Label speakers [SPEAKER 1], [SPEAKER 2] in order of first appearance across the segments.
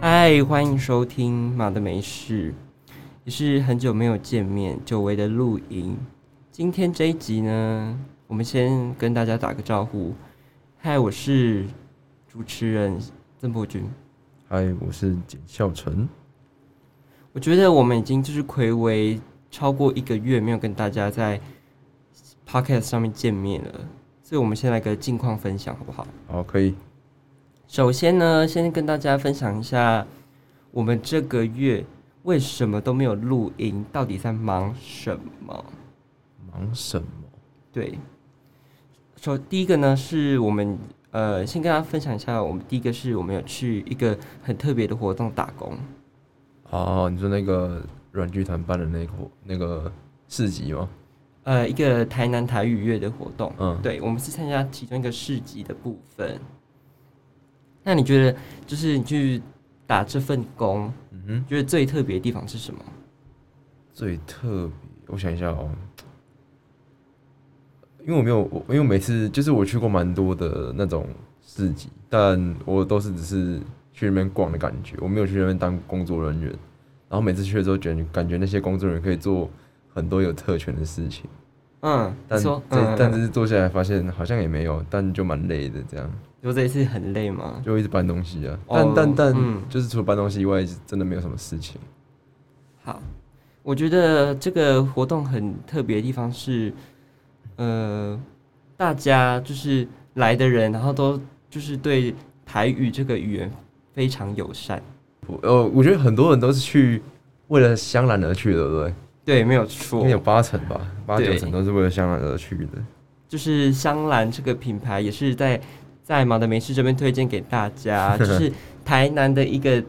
[SPEAKER 1] 嗨，欢迎收听《马的没事》，也是很久没有见面，久违的录音。今天这一集呢，我们先跟大家打个招呼。嗨，我是主持人曾博君。
[SPEAKER 2] 嗨，我是简孝成。
[SPEAKER 1] 我觉得我们已经就是暌违超过一个月没有跟大家在 podcast 上面见面了，所以我们先来个近况分享，好不好？
[SPEAKER 2] 好，可以。
[SPEAKER 1] 首先呢，先跟大家分享一下我们这个月为什么都没有录音，到底在忙什么？
[SPEAKER 2] 忙什么？
[SPEAKER 1] 对，首第一个呢是我们呃，先跟大家分享一下，我们第一个是我们有去一个很特别的活动打工，
[SPEAKER 2] 哦，你说那个软剧团办的那个活那个市集吗？
[SPEAKER 1] 呃，一个台南台语乐的活动。
[SPEAKER 2] 嗯，
[SPEAKER 1] 对，我们是参加其中一个市集的部分。那你觉得，就是你去打这份工，
[SPEAKER 2] 嗯哼，
[SPEAKER 1] 觉得最特别的地方是什么？
[SPEAKER 2] 最特别，我想一下哦，因为我没有，我因为我每次就是我去过蛮多的那种市集，但我都是只是去那边逛的感觉，我没有去那边当工作人员。然后每次去的时候，觉得感觉那些工作人员可以做很多有特权的事情，
[SPEAKER 1] 嗯，你
[SPEAKER 2] 但
[SPEAKER 1] 说
[SPEAKER 2] 这，
[SPEAKER 1] 嗯，
[SPEAKER 2] 但是做下来发现好像也没有，但就蛮累的这样。
[SPEAKER 1] 就这一次很累吗？
[SPEAKER 2] 就一直搬东西啊。
[SPEAKER 1] 哦
[SPEAKER 2] 但、但但、
[SPEAKER 1] 嗯
[SPEAKER 2] 就是除了搬东西以外，真的没有什么事情。
[SPEAKER 1] 好，我觉得这个活动很特别的地方是，呃，大家就是来的人，然后都就是对台语这个语言非常友善。
[SPEAKER 2] 我呃，我觉得很多人都是去为了香兰而去的，对不对？
[SPEAKER 1] 对，没有
[SPEAKER 2] 应
[SPEAKER 1] 错
[SPEAKER 2] 该。有八成吧，八九
[SPEAKER 1] 对
[SPEAKER 2] 成都是为了香兰而去的。
[SPEAKER 1] 就是香兰这个品牌也是在在马德梅市这边推荐给大家，就是台南的一个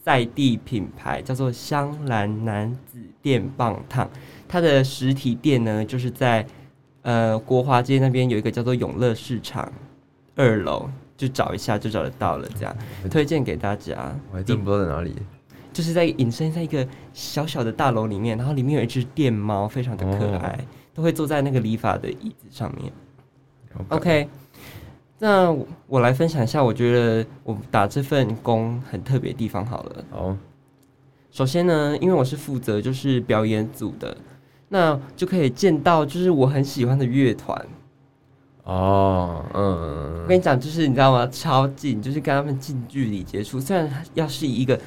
[SPEAKER 1] 在地品牌，叫做香兰男子电棒烫。它的实体店呢，就是在呃国华街那边有一个叫做永乐市场二楼，就找一下就找得到了。这样推荐给大家，
[SPEAKER 2] 我还真不知道在哪里。
[SPEAKER 1] 就是在隐身在一个小小的大楼里面，然后里面有一只电猫，非常的可
[SPEAKER 2] 哦
[SPEAKER 1] 爱，都会坐在那个理发的椅子上面。
[SPEAKER 2] 了解
[SPEAKER 1] OK，那我我来分享一下，我觉得我打这份工很特别的地方好了。
[SPEAKER 2] 好，
[SPEAKER 1] 首先呢，因为我是负责就是表演组的，那就可以见到就是我很喜欢的乐团。
[SPEAKER 2] 哦，嗯
[SPEAKER 1] 我跟你讲，就是你知道吗？超近，就是跟他们近距离接触。虽然要是以一个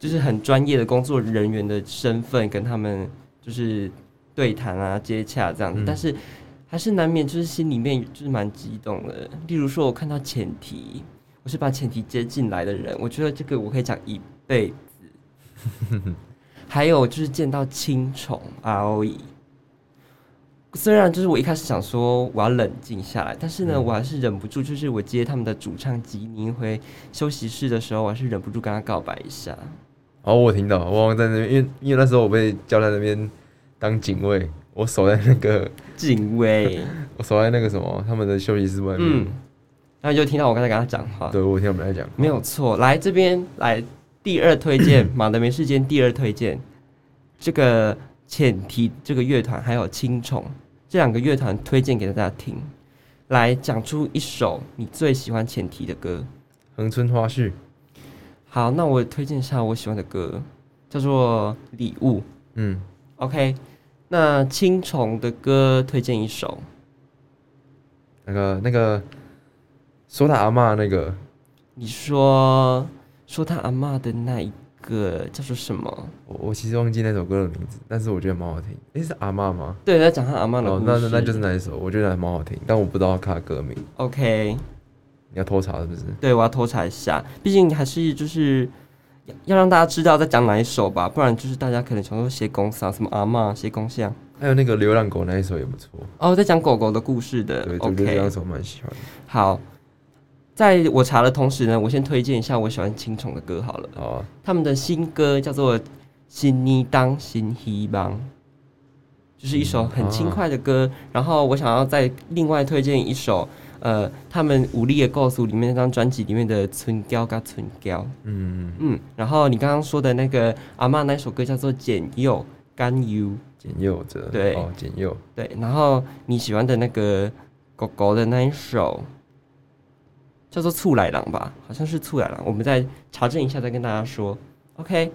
[SPEAKER 1] 就是很专业的工作人员的身份跟他们就是对谈啊、接洽这样子，
[SPEAKER 2] 嗯
[SPEAKER 1] 但是还是难免就是心里面就是蛮激动的。例如说，我看到前提，我是把前提接进来的人，我觉得这个我可以讲一辈子。还有就是见到青虫 ROE。虽然就是我一开始想说我要冷静下来，但是呢，
[SPEAKER 2] 嗯
[SPEAKER 1] 我还是忍不住，就是我接他们的主唱吉尼回休息室的时候，我还是忍不住跟他告白一下。
[SPEAKER 2] 哦，我听到，我好像在那边，因为因为那时候我被叫在那边当警卫，我守在那个
[SPEAKER 1] 警卫，
[SPEAKER 2] 我守在那个什么他们的休息室外面。
[SPEAKER 1] 嗯，然后就听到我刚才跟他讲话，
[SPEAKER 2] 对，我听他们在讲，
[SPEAKER 1] 没有错。来这边，来第二推荐，马德梅事件第二推荐，这个浅提这个乐团还有青虫这两个乐团推荐给大家听。来讲出一首你最喜欢浅提的歌。
[SPEAKER 2] 恒春花絮，
[SPEAKER 1] 好，那我推荐一下我喜欢的歌，叫做《礼物》。
[SPEAKER 2] 嗯，
[SPEAKER 1] OK，那青虫的歌推荐一首
[SPEAKER 2] 那个那个说他阿嬷那个。
[SPEAKER 1] 你说说他阿嬷的那一个叫做什么？
[SPEAKER 2] 我我其实忘记那首歌的名字，但是我觉得蛮好听。诶，是阿嬷吗？
[SPEAKER 1] 对，在讲他阿嬷的故
[SPEAKER 2] 哦
[SPEAKER 1] 事。，
[SPEAKER 2] 那那那就是那一首，我觉得还蛮好听，但我不知道它的歌名。
[SPEAKER 1] OK。
[SPEAKER 2] 你要偷查是不是？
[SPEAKER 1] 对，我要偷查一下，毕竟还是就是要要让大家知道在讲哪一首吧，不然就是大家可能想说写公司啊，什么阿嬷写公像
[SPEAKER 2] 还有那个《流浪狗》那一首也不错，
[SPEAKER 1] 哦，在讲狗狗的故事的
[SPEAKER 2] 对，。我觉得
[SPEAKER 1] OK，
[SPEAKER 2] 那首蛮喜欢的。
[SPEAKER 1] 好。在我查的同时呢，我先推荐一下我喜欢青虫的歌好了。
[SPEAKER 2] 好啊，
[SPEAKER 1] 他们的新歌叫做《新尼当新希望》，就是一首很轻快的歌。然后我想要再另外推荐一首，呃，他们《武力的构诉》里面那张专辑里面的《春娇》跟《春娇》。
[SPEAKER 2] 嗯，
[SPEAKER 1] 嗯，然后你刚刚说的那个阿嬷那首歌叫做《简佑甘油》，
[SPEAKER 2] 嗯简佑哲，
[SPEAKER 1] 对
[SPEAKER 2] 哦，简佑，
[SPEAKER 1] 对。然后你喜欢的那个狗狗的那一首，叫做醋来郎吧，好像是醋来郎，我们再查证一下，再跟大家说。OK，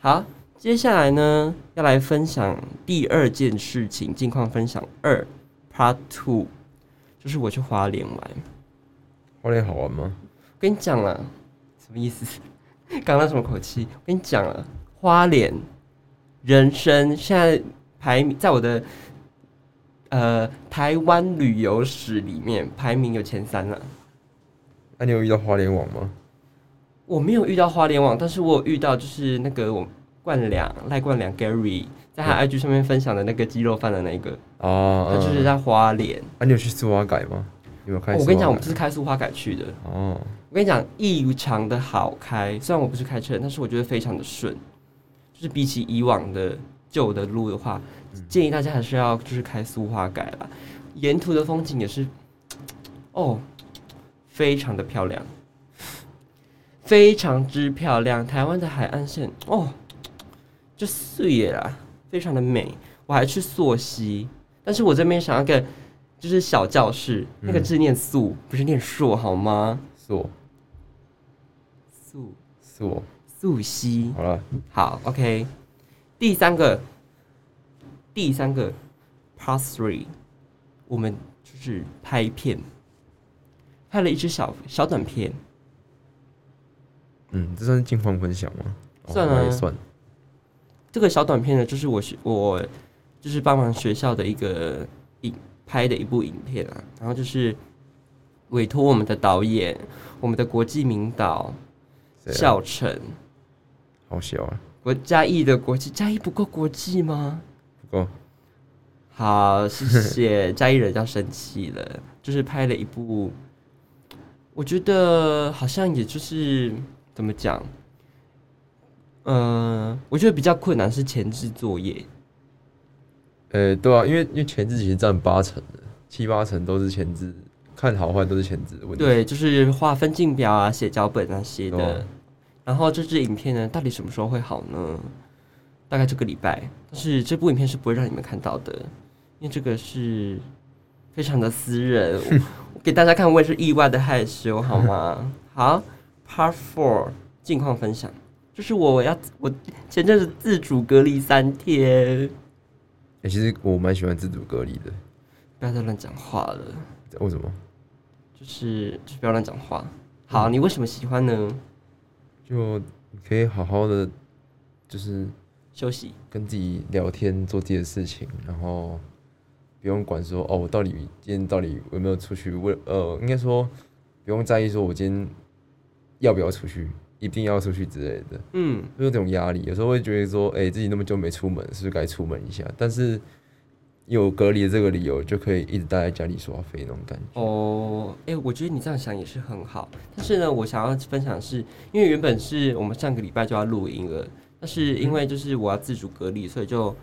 [SPEAKER 1] 好，接下来呢要来分享第二件事情，近况分享二 Part Two，就是我去花莲玩。
[SPEAKER 2] 花莲好玩吗？
[SPEAKER 1] 跟你讲了，什么意思？刚刚什么口气？我跟你讲了，花莲人生现在排名在我的呃台湾旅游史里面排名有前三啊了。
[SPEAKER 2] 啊那、你有遇到花莲网吗？
[SPEAKER 1] 我没有遇到花联网，但是我有遇到就是那个我冠良赖冠良 Gary 在他 IG 上面分享的那个鸡肉饭的那个，
[SPEAKER 2] 啊，
[SPEAKER 1] 他就是
[SPEAKER 2] 嗯
[SPEAKER 1] 在花莲。
[SPEAKER 2] 啊，你有去苏瓦改吗？你有没有开？
[SPEAKER 1] 我跟你讲，我们是开苏花改去的。
[SPEAKER 2] 哦，
[SPEAKER 1] 我跟你讲，异常的好开，虽然我不是开车人，但是我觉得非常的顺。就是比起以往的旧的路的话，建议大家还是要就是开苏花改啦。沿途的风景也是，哦，非常的漂亮，非常之漂亮。台湾的海岸线哦，就视野啦，非常的美。我还去溯溪，但是我这边想要个就是小教室，那个
[SPEAKER 2] 嗯
[SPEAKER 1] 字念素，不是念硕好吗？
[SPEAKER 2] 素
[SPEAKER 1] 素
[SPEAKER 2] 素，
[SPEAKER 1] 素汐。
[SPEAKER 2] 好了，
[SPEAKER 1] 好，OK。第三个，第三个 Part Three，我们就是拍片，拍了一支小小短片，
[SPEAKER 2] 嗯，这算是近况分享吗？哦
[SPEAKER 1] 算啊
[SPEAKER 2] 那也算。
[SPEAKER 1] 这个小短片呢，就是我学我就是帮忙学校的一个影拍的一部影片啊，然后就是委托我们的导演，我们的国际名导
[SPEAKER 2] 谁啊
[SPEAKER 1] 孝成，
[SPEAKER 2] 好笑啊，
[SPEAKER 1] 国嘉义的国际嘉义不够国际吗？
[SPEAKER 2] 不过
[SPEAKER 1] 好，谢谢嘉义人要生气 了，就是拍了一部，我觉得好像也就是怎么讲，嗯、我觉得比较困难是前置作业，
[SPEAKER 2] 呃，对啊，因为因为前置其实占八成的，七八成都是前置，看好坏都是前置的问题。，
[SPEAKER 1] 对，就是画分镜表啊、写脚本那些的。
[SPEAKER 2] 哦
[SPEAKER 1] 然后这支影片呢，到底什么时候会好呢？大概这个礼拜，但是这部影片是不会让你们看到的，因为这个是非常的私人，我我给大家看我也是意外的害羞，好吗？好，Part Four 近况分享，就是我要我前阵子自主隔离三天，
[SPEAKER 2] 欸其实我蛮喜欢自主隔离的，
[SPEAKER 1] 不要再乱讲话了，
[SPEAKER 2] 为什么？
[SPEAKER 1] 就是就是不要乱讲话。好，你为什么喜欢呢？
[SPEAKER 2] 就你可以好好的，就是
[SPEAKER 1] 休息。
[SPEAKER 2] 跟自己聊天，做自己的事情，然后不用管说哦，我到底今天到底有没有出去？为呃，应该说不用在意说我今天要不要出去，一定要出去之类的，
[SPEAKER 1] 嗯，
[SPEAKER 2] 就是这种压力。有时候会觉得说，哎、自己那么久没出门，是不是该出门一下？但是有隔离的这个理由，就可以一直待在家里耍废那种感觉。
[SPEAKER 1] 哦，哎、我觉得你这样想也是很好。但是呢，我想要分享的是，因为原本是我们上个礼拜就要录音了，但是因为就是我要自主隔离，所以就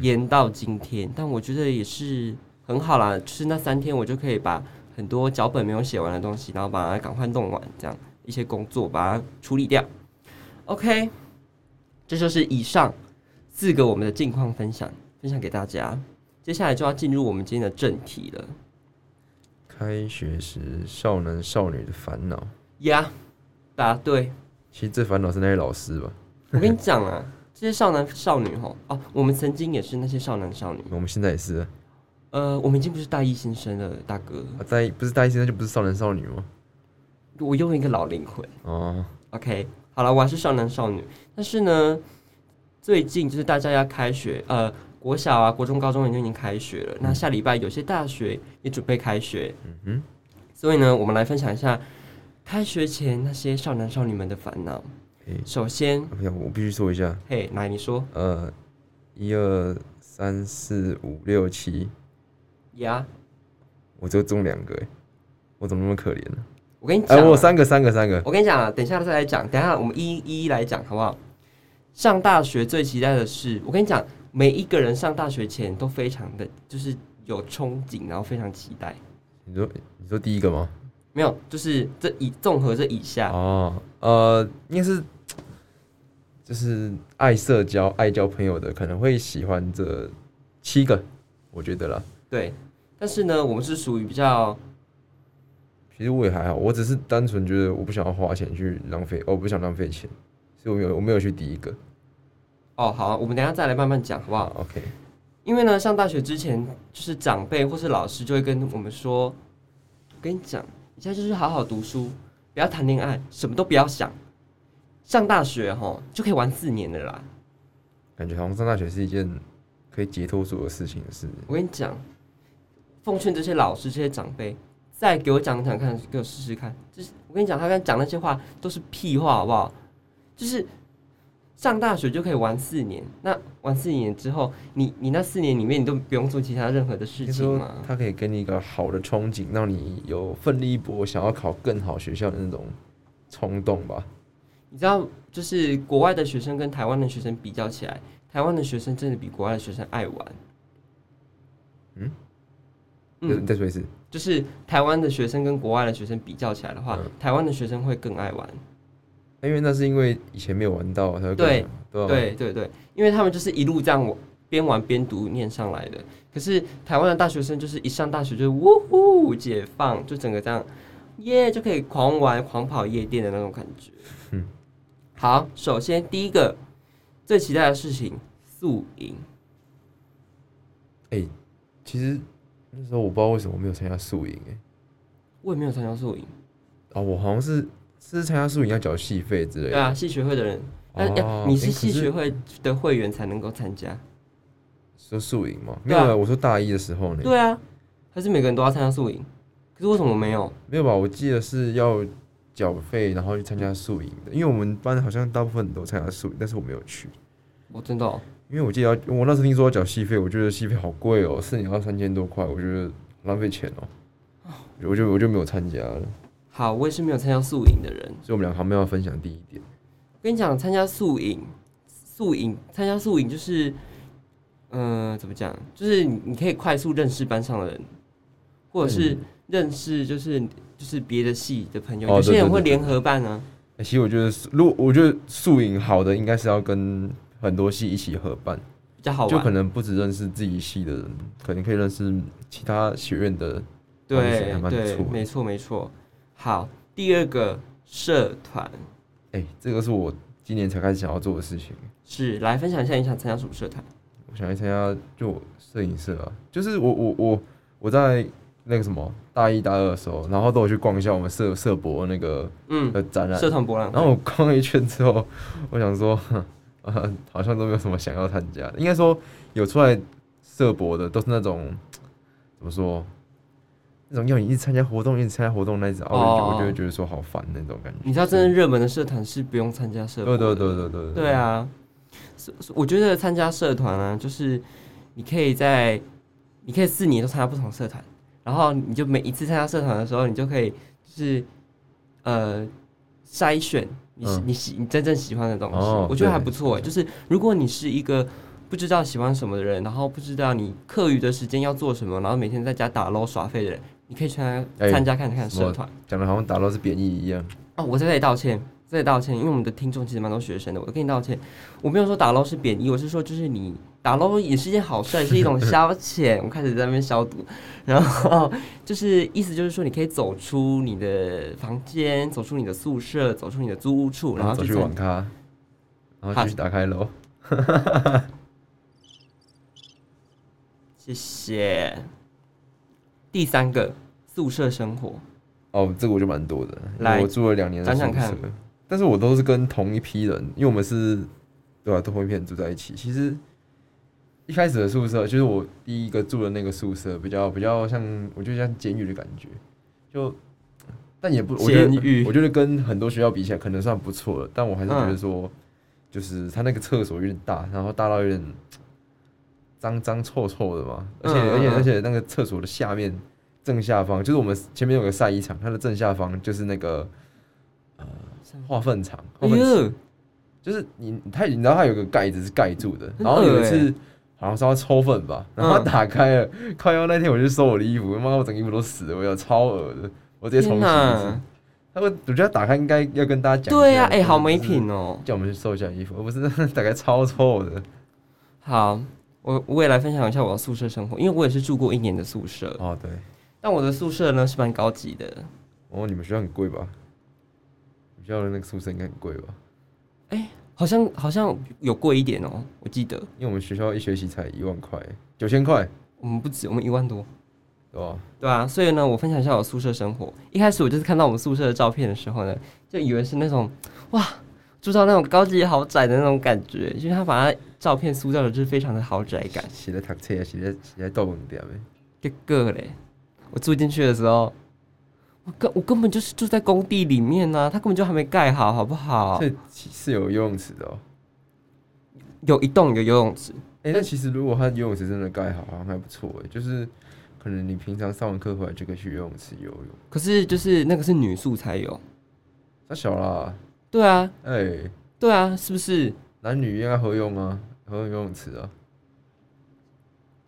[SPEAKER 1] 延到今天。但我觉得也是很好啦，就是那三天我就可以把很多脚本没有写完的东西，然后把它赶快弄完，这样一些工作把它处理掉。OK，这就是以上四个我们的近况分享，分享给大家。接下来就要进入我们今天的正题了。
[SPEAKER 2] 开学时，少男少女的烦恼，
[SPEAKER 1] 呀、答对！
[SPEAKER 2] 其实这烦恼是那些老师吧？
[SPEAKER 1] 我跟你讲啊， 这些少男少女吼，哦，我们曾经也是那些少男少女。
[SPEAKER 2] 我们现在也是啊，
[SPEAKER 1] 呃，我们已经不是大一新生了，大哥，
[SPEAKER 2] 啊在不是大一现在就不是少男少女吗？
[SPEAKER 1] 我又一个老灵魂。
[SPEAKER 2] 哦，
[SPEAKER 1] OK，好了，我还是少男少女。但是呢，最近就是大家要开学，呃，国小啊、国中、高中也就已经开学了。那下礼拜有些大学也准备开学，
[SPEAKER 2] 嗯哼。
[SPEAKER 1] 所以呢，我们来分享一下开学前那些少男少女们的烦恼。
[SPEAKER 2] 诶
[SPEAKER 1] 首先，
[SPEAKER 2] 哎呀，我必须说一下，
[SPEAKER 1] 嘿，来你说
[SPEAKER 2] 呃，一二三四五六七，
[SPEAKER 1] 呀
[SPEAKER 2] 我只有中两个哎，我怎么那么可怜呢、
[SPEAKER 1] 我跟你
[SPEAKER 2] 哎、
[SPEAKER 1] 讲啊、
[SPEAKER 2] 我有三个，三个，三个，
[SPEAKER 1] 我跟你讲啊，等一下再来讲，等一下我们一一一来讲好不好？上大学最期待的是，我跟你讲，每一个人上大学前都非常的就是有憧憬，然后非常期待。
[SPEAKER 2] 你说你说第一个吗？
[SPEAKER 1] 没有，就是这以综合这以下，
[SPEAKER 2] 哦，呃，应该是就是爱社交、爱交朋友的，可能会喜欢这七个，我觉得啦，
[SPEAKER 1] 对。但是呢，我们是属于比较
[SPEAKER 2] 比其实我也还好，我只是单纯觉得我不想要花钱去浪费，哦，我不想浪费钱，所以我没有我没有去第一个。啊
[SPEAKER 1] 哦，好，我们等一下再来慢慢讲，好不好？
[SPEAKER 2] ，OK，
[SPEAKER 1] 因为呢，上大学之前，就是长辈或是老师就会跟我们说，我跟你讲，你现在就是好好读书，不要谈恋爱，什么都不要想。上大学哈就可以玩四年的啦。
[SPEAKER 2] 感觉好像上大学是一件可以解脱所有事情的事。
[SPEAKER 1] 我跟你讲，奉劝这些老师、这些长辈，再给我讲讲看，给我试试看。就是我跟你讲，他刚才讲那些话都是屁话，好不好？就是上大学就可以玩四年，那玩四年之后，你你那四年里面你都不用做其他任何的事
[SPEAKER 2] 听
[SPEAKER 1] 情
[SPEAKER 2] 说
[SPEAKER 1] 嘛？
[SPEAKER 2] 它可以给你一个好的憧憬，让你有奋力一搏，想要考更好学校的那种冲动吧。
[SPEAKER 1] 你知道，就是国外的学生跟台湾的学生比较起来，台湾的学生真的比国外的学生爱玩。
[SPEAKER 2] 嗯，嗯，
[SPEAKER 1] 嗯，
[SPEAKER 2] 再说一次，
[SPEAKER 1] 就是台湾的学生跟国外的学生比较起来的话，
[SPEAKER 2] 嗯
[SPEAKER 1] 台湾的学生会更爱玩。
[SPEAKER 2] 因为那是因为以前没有玩到，才会
[SPEAKER 1] 对
[SPEAKER 2] 更想对
[SPEAKER 1] 对
[SPEAKER 2] 啊
[SPEAKER 1] 对对，因为他们就是一路这样玩边玩边读念上来的。可是台湾的大学生就是一上大学就是呜呼解放，就整个这样耶、就可以狂玩狂跑夜店的那种感觉。
[SPEAKER 2] 嗯
[SPEAKER 1] 好，首先第一个最期待的事情，宿营。
[SPEAKER 2] 哎、其实那时候我不知道为什么我没有参加宿营、欸，
[SPEAKER 1] 我也没有参加宿营，
[SPEAKER 2] 哦，我好像是是参加宿营要缴戏费之类
[SPEAKER 1] 对
[SPEAKER 2] 的。
[SPEAKER 1] 啊，系学会的人，但哎、
[SPEAKER 2] 哦
[SPEAKER 1] 你是
[SPEAKER 2] 欸可
[SPEAKER 1] 系学会的会员才能够参加，
[SPEAKER 2] 说宿营吗？没
[SPEAKER 1] 对
[SPEAKER 2] 有
[SPEAKER 1] 啊
[SPEAKER 2] 啊，我说大一的时候呢，
[SPEAKER 1] 对啊，还是每个人都要参加宿营？可是为什么没有？
[SPEAKER 2] 没有吧？我记得是要缴费，然后去参加宿营的，因为我们班好像大部分人都参加宿营，但是我没有去，
[SPEAKER 1] 我真的哦、
[SPEAKER 2] 因为我记得要我那时候听说要缴戏费，我觉得戏费好贵哦，四年要三千多块，我觉得浪费钱哦。我就我就没有参加了，
[SPEAKER 1] 好，我也是没有参加宿营的人。
[SPEAKER 2] 所以我们两个还没有分享第一点。
[SPEAKER 1] 跟你讲，参加宿营，宿营参加宿营就是，嗯、怎么讲？就是你你可以快速认识班上的人，或者是
[SPEAKER 2] 嗯
[SPEAKER 1] 认识就是就是别的系的朋友。
[SPEAKER 2] 哦
[SPEAKER 1] 有些
[SPEAKER 2] 对
[SPEAKER 1] 人
[SPEAKER 2] 对
[SPEAKER 1] 会
[SPEAKER 2] 对对
[SPEAKER 1] 联合办啊，
[SPEAKER 2] 欸其实我觉得宿，如果我觉得宿营好的应该是要跟很多系一起合办，
[SPEAKER 1] 比较好
[SPEAKER 2] 就可
[SPEAKER 1] 玩。
[SPEAKER 2] 能不只认识自己系的人，可能可以认识其他学院的。还
[SPEAKER 1] 对
[SPEAKER 2] 蛮不
[SPEAKER 1] 对
[SPEAKER 2] 错，的
[SPEAKER 1] 没错没错。好，第二个社团
[SPEAKER 2] 哎、这个是我今年才开始想要做的事情。
[SPEAKER 1] 是来分享一下你想参加什么社团？
[SPEAKER 2] 我想去参加就摄影社啊，就是我我我我在那个什么大一大二的时候，然后都有去逛一下我们社社博那个
[SPEAKER 1] 嗯，
[SPEAKER 2] 的展览，
[SPEAKER 1] 社团博览会。
[SPEAKER 2] 然后我逛了一圈之后，我想说，啊，好像都没有什么想要参加的。应该说，有出来社博的都是那种怎么说，那种要你一直参加活动，一直参加活动那一种，啊我就
[SPEAKER 1] 哦
[SPEAKER 2] 我就会觉得说好烦那种感觉。
[SPEAKER 1] 你知道，真正热门的社团是不用参加社博
[SPEAKER 2] 对
[SPEAKER 1] 的
[SPEAKER 2] 对对对对
[SPEAKER 1] 对，啊，所所我觉得参加社团啊，就是你可以在你可以四年都参加不同社团，然后你就每一次参加社团的时候，你就可以就是呃筛选你喜、
[SPEAKER 2] 嗯
[SPEAKER 1] 你喜你真正喜欢的东西，
[SPEAKER 2] 哦
[SPEAKER 1] 我觉得还
[SPEAKER 2] 对
[SPEAKER 1] 不错欸。就是如果你是一个不知道喜欢什么的人，然后不知道你课余的时间要做什么，然后每天在家打捞耍废的人，你可以参加
[SPEAKER 2] 哎
[SPEAKER 1] 参加看看
[SPEAKER 2] 什么
[SPEAKER 1] 社团。
[SPEAKER 2] 讲的好像打到是贬义一样。
[SPEAKER 1] 哦，我在这里道歉，在这里道歉，因为我们的听众其实蛮多学生的，我跟你道歉。我没有说打捞是贬义，我是说就是你打捞也是一件好事，啊也是一种消遣。我开始在那边消毒，然后就是意思就是说你可以走出你的房间，走出你的宿舍，走出你的租屋处，然
[SPEAKER 2] 然
[SPEAKER 1] 后
[SPEAKER 2] 后嗯走去
[SPEAKER 1] 参
[SPEAKER 2] 网咖，然后继续打开喽。
[SPEAKER 1] 谢谢。第三个宿舍生活，
[SPEAKER 2] 哦，这个我就蛮多的，因
[SPEAKER 1] 来
[SPEAKER 2] 为我住了两年的
[SPEAKER 1] 讲
[SPEAKER 2] 宿
[SPEAKER 1] 讲
[SPEAKER 2] 舍，但是我都是跟同一批人，因为我们是，对吧、啊？同一批人住在一起。其实一开始的宿舍，就是我第一个住的那个宿舍，比较比较像，我觉得像监狱的感觉，就，但也不，我觉
[SPEAKER 1] 监狱
[SPEAKER 2] 得我觉得跟很多学校比起来，可能算不错了，但我还是觉得
[SPEAKER 1] 嗯
[SPEAKER 2] 说，就是他那个厕所有点大，然后大到有点脏脏臭臭的嘛，而且、
[SPEAKER 1] 嗯嗯
[SPEAKER 2] 而且
[SPEAKER 1] 嗯
[SPEAKER 2] 而且那个厕所的下面正下方，就是我们前面有个晒衣场，它的正下方就是那个呃化粪场，化
[SPEAKER 1] 哎
[SPEAKER 2] 粪池
[SPEAKER 1] 呦，
[SPEAKER 2] 就是你它你知道它有个盖子是盖住的，
[SPEAKER 1] 很
[SPEAKER 2] 然后有
[SPEAKER 1] 恶
[SPEAKER 2] 一
[SPEAKER 1] 欸
[SPEAKER 2] 次好像是要抽粪吧，然后
[SPEAKER 1] 嗯
[SPEAKER 2] 打开了，靠腰那天我去收我的衣服，妈我整个衣服都湿了，我有超恶的，我直接重
[SPEAKER 1] 天
[SPEAKER 2] 洗一次
[SPEAKER 1] 哪。，
[SPEAKER 2] 他们我觉得打开应该要跟大家讲一下，
[SPEAKER 1] 对呀、啊，哎、好没
[SPEAKER 2] 就是
[SPEAKER 1] 品哦、
[SPEAKER 2] 叫我们去收一下衣服，而不是 打开超臭的。
[SPEAKER 1] 好，我我也来分享一下我的宿舍生活，因为我也是住过一年的宿舍。
[SPEAKER 2] 哦，对，
[SPEAKER 1] 但我的宿舍呢是蛮高级的，
[SPEAKER 2] 哦，你们学校很贵吧？你们学校的那个宿舍应该很贵吧？
[SPEAKER 1] 好像好像有贵一点哦、我记得
[SPEAKER 2] 因为我们学校一学期才一万块，九千块，
[SPEAKER 1] 我们不止，我们一万多。
[SPEAKER 2] 对吧？
[SPEAKER 1] 对啊，所以呢，我分享一下我宿舍生活。一开始我就是看到我们宿舍的照片的时候呢，就以为是那种哇，住到那种高级豪宅的那种感觉，因为他把他照片塑造的就是非常的豪宅感。
[SPEAKER 2] 写在读册啊，写在写在斗门店呗。
[SPEAKER 1] 这个嘞，我住进去的时候，我根我根本就是住在工地里面呢、啊，他根本就还没盖好，好不好
[SPEAKER 2] 这？其是有游泳池的哦。
[SPEAKER 1] 有一栋有游泳池，
[SPEAKER 2] 哎、那其实如果他游泳池真的盖好，好像还不错哎，就是可能你平常上完课回来就可以去游泳池游泳。
[SPEAKER 1] 可是就是那个是女宿才有。
[SPEAKER 2] 太小啦，
[SPEAKER 1] 对啊，
[SPEAKER 2] 哎、
[SPEAKER 1] 对啊，是不是？
[SPEAKER 2] 男女应该合用啊，合用游泳池啊，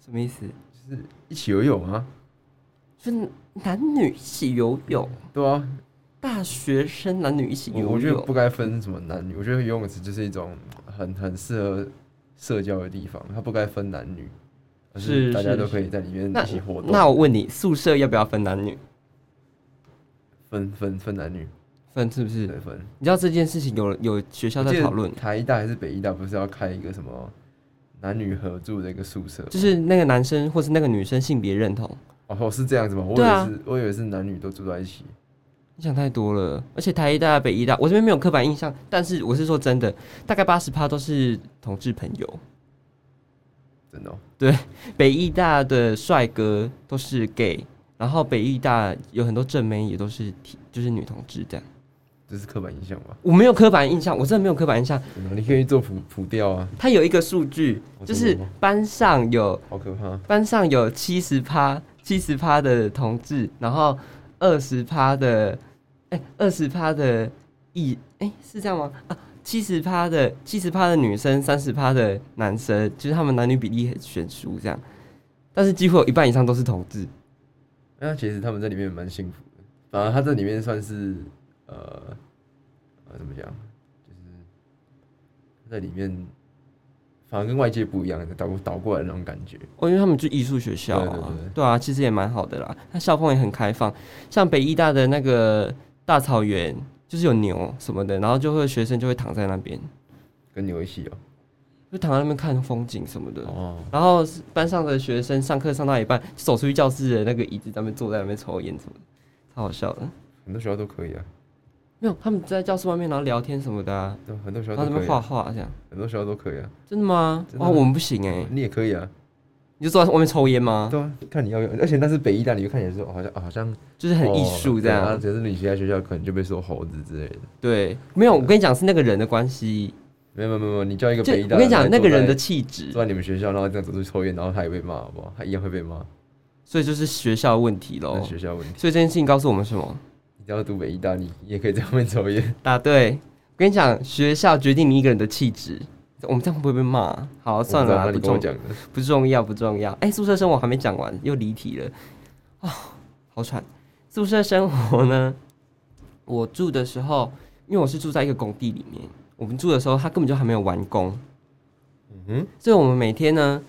[SPEAKER 1] 什么意思？
[SPEAKER 2] 就是一起游泳啊，
[SPEAKER 1] 就是男女一起游泳，
[SPEAKER 2] 对啊，
[SPEAKER 1] 大学生男女一起游
[SPEAKER 2] 我
[SPEAKER 1] 泳，
[SPEAKER 2] 我觉得不该分什么男女，我觉得游泳池就是一种很很适合社交的地方，它不该分男女，而
[SPEAKER 1] 是
[SPEAKER 2] 大家
[SPEAKER 1] 是
[SPEAKER 2] 都
[SPEAKER 1] 是
[SPEAKER 2] 可以在里面
[SPEAKER 1] 那
[SPEAKER 2] 一起活动。
[SPEAKER 1] 那我问你，宿舍要不要分男女
[SPEAKER 2] 分分分男女，
[SPEAKER 1] 分？是不是？
[SPEAKER 2] 对分。
[SPEAKER 1] 你知道这件事情有有学校
[SPEAKER 2] 我
[SPEAKER 1] 在
[SPEAKER 2] 记得
[SPEAKER 1] 讨论，
[SPEAKER 2] 台一大还是北一大，不是要开一个什么男女合住的一个宿舍吗？
[SPEAKER 1] 就是那个男生或是那个女生性别认同。
[SPEAKER 2] 哦，是这样子吗？我以
[SPEAKER 1] 对
[SPEAKER 2] 为
[SPEAKER 1] 啊
[SPEAKER 2] 是，我以为是男女都住在一起。
[SPEAKER 1] 你想太多了，而且台一大、北一大，我这边没有刻板印象，但是我是说真的，大概八十趴都是同志朋友。
[SPEAKER 2] 真的、哦，
[SPEAKER 1] 北艺大的帅哥都是 gay，然后北艺大有很多正妹也都是 T，就是女同志这样。
[SPEAKER 2] 这是刻板印象吧？
[SPEAKER 1] 我没有刻板印象，我真的没有刻板印象。
[SPEAKER 2] 真的哦你可以做普普调啊，
[SPEAKER 1] 他有一个数据，
[SPEAKER 2] 我
[SPEAKER 1] 就
[SPEAKER 2] 真的
[SPEAKER 1] 是
[SPEAKER 2] 吗
[SPEAKER 1] 班上有
[SPEAKER 2] 好可怕！
[SPEAKER 1] 班上有七十趴七十趴的同志，然后二十趴的，哎、2二十趴的异，哎、是这样吗？啊，七十趴的七十趴的女生，三十趴的男生，就是他们男女比例很悬殊这样，但是几乎有一半以上都是同志。
[SPEAKER 2] 那其实他们在里面也蛮幸福的，反而他这里面算是呃呃怎么讲，就是在里面反而跟外界不一样，倒倒过来的那种感觉。
[SPEAKER 1] 哦，因为他们就艺术学校啊，
[SPEAKER 2] 对对对
[SPEAKER 1] 啊，其实也蛮好的啦。它校风也很开放，像北医大的那个大草原，就是有牛什么的，然后就会学生就会躺在那边，
[SPEAKER 2] 跟牛一起哦、
[SPEAKER 1] 就躺在那边看风景什么的。
[SPEAKER 2] 哦，
[SPEAKER 1] 然后班上的学生上课上到一半，就走出去教室的那个椅子，上面坐在那边抽烟什么的，超好笑的。
[SPEAKER 2] 很多学校都可以啊，
[SPEAKER 1] 没有，他们在教室外面然后聊天什么的啊，
[SPEAKER 2] 对，很多学
[SPEAKER 1] 然
[SPEAKER 2] 校
[SPEAKER 1] 后在那
[SPEAKER 2] 都
[SPEAKER 1] 边
[SPEAKER 2] 可以
[SPEAKER 1] 画
[SPEAKER 2] 啊，
[SPEAKER 1] 画这样。
[SPEAKER 2] 很多学校都可以啊，
[SPEAKER 1] 真的吗？
[SPEAKER 2] 真的
[SPEAKER 1] 哇，我们不行哎、
[SPEAKER 2] 你也可以啊，
[SPEAKER 1] 你就坐在外面抽烟吗？
[SPEAKER 2] 对啊，看你要不要，而且那是北医大，你就看起来说好像啊好像
[SPEAKER 1] 就是很艺
[SPEAKER 2] 哦
[SPEAKER 1] 术这
[SPEAKER 2] 对
[SPEAKER 1] 样。
[SPEAKER 2] 啊只是你其他学校可能就被说猴子之类的。
[SPEAKER 1] 对，没有，我跟你讲是那个人的关系。
[SPEAKER 2] 没有没有没有，你叫一个
[SPEAKER 1] 就
[SPEAKER 2] 北医大，
[SPEAKER 1] 我跟你讲，那个人的气质
[SPEAKER 2] 坐，在你们学校，然后这样走出去抽烟，然后他也被骂，好不好？他一样会被骂，
[SPEAKER 1] 所以就是学校问题喽
[SPEAKER 2] 那。学校问题。
[SPEAKER 1] 所以这件事情告诉我们什么？
[SPEAKER 2] 你只要读北医大，你也可以在外面 抽烟。
[SPEAKER 1] 答对。我跟你讲，学校决定你一个人的气质。我们这样会不会被骂啊？好，算了啦，
[SPEAKER 2] 我不
[SPEAKER 1] 不
[SPEAKER 2] 知道那你跟我
[SPEAKER 1] 重
[SPEAKER 2] 讲的，
[SPEAKER 1] 不重要，不重要。哎、宿舍生活还没讲完，又离题了。哦，好喘。宿舍生活呢，我住的时候，因为我是住在一个工地里面，我们住的时候，它根本就还没有完工，
[SPEAKER 2] 嗯哼，
[SPEAKER 1] 所以我们每天呢，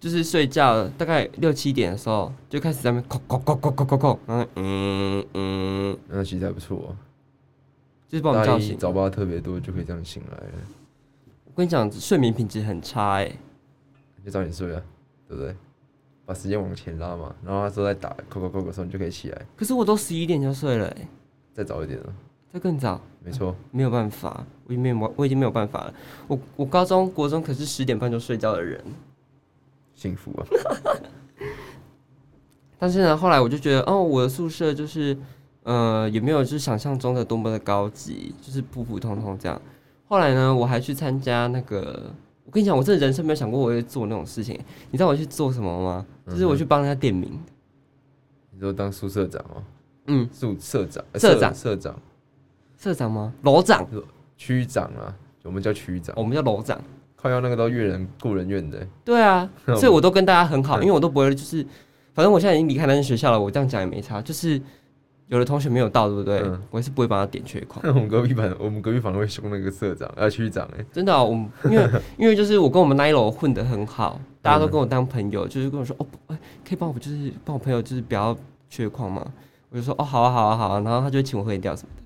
[SPEAKER 1] 就是睡觉大概六七点的时候，就开始在那边叩叩叩叩叩叩叩，然后嗯嗯，
[SPEAKER 2] 那其实还不错、哦。
[SPEAKER 1] 就是把我们
[SPEAKER 2] 大
[SPEAKER 1] 叫
[SPEAKER 2] 一
[SPEAKER 1] 醒。
[SPEAKER 2] 早八特别多，就可以这样醒来了，
[SPEAKER 1] 我跟你讲，睡眠品质很差哎、
[SPEAKER 2] 就早点睡啊，对不对？把时间往前拉嘛，然后他说在打扣扣扣的时候，你就可以起来，
[SPEAKER 1] 可是我都十一点就睡了哎、
[SPEAKER 2] 再早一点了。
[SPEAKER 1] 再更早
[SPEAKER 2] 没错，
[SPEAKER 1] 没有办法，我已经没有我已经没有办法了。我我高中国中可是十点半就睡觉的人，
[SPEAKER 2] 幸福啊，
[SPEAKER 1] 但是呢，后来我就觉得，哦，我的宿舍就是，呃，也没有就是想象中的多么的高级，就是普普通通这样。后来呢，我还去参加那个，我跟你讲，我真的人生没有想过我会做那种事情。你知道我去做什么吗？
[SPEAKER 2] 嗯
[SPEAKER 1] 就是我去帮人家点名，
[SPEAKER 2] 你说当宿舍长哦，
[SPEAKER 1] 嗯，
[SPEAKER 2] 宿社长、呃
[SPEAKER 1] 社长
[SPEAKER 2] 社长、
[SPEAKER 1] 社长吗？楼长，
[SPEAKER 2] 区长啊，我们叫区长。
[SPEAKER 1] 我们叫楼长。
[SPEAKER 2] 靠要那个都越人雇人怨的 欸，
[SPEAKER 1] 对啊，
[SPEAKER 2] 嗯
[SPEAKER 1] 所以我都跟大家很好，
[SPEAKER 2] 嗯
[SPEAKER 1] 因为我都不会就是，反正我现在已经离开那间学校了，我这样讲也没差。就是有的同学没有到，对不对？
[SPEAKER 2] 嗯
[SPEAKER 1] 我也是不会帮他点缺口。
[SPEAKER 2] 我们隔壁反我们隔壁反而会凶那个社长啊区长哎，
[SPEAKER 1] 真的、哦，我们因为因为就是我跟我们那一楼混得很好，大家都跟我当朋友，就是跟我说哦，不哎可以帮我就是帮我朋友就是不要缺矿吗？我就说哦，好啊，好啊，好啊，然后他就会请我喝饮料什么的。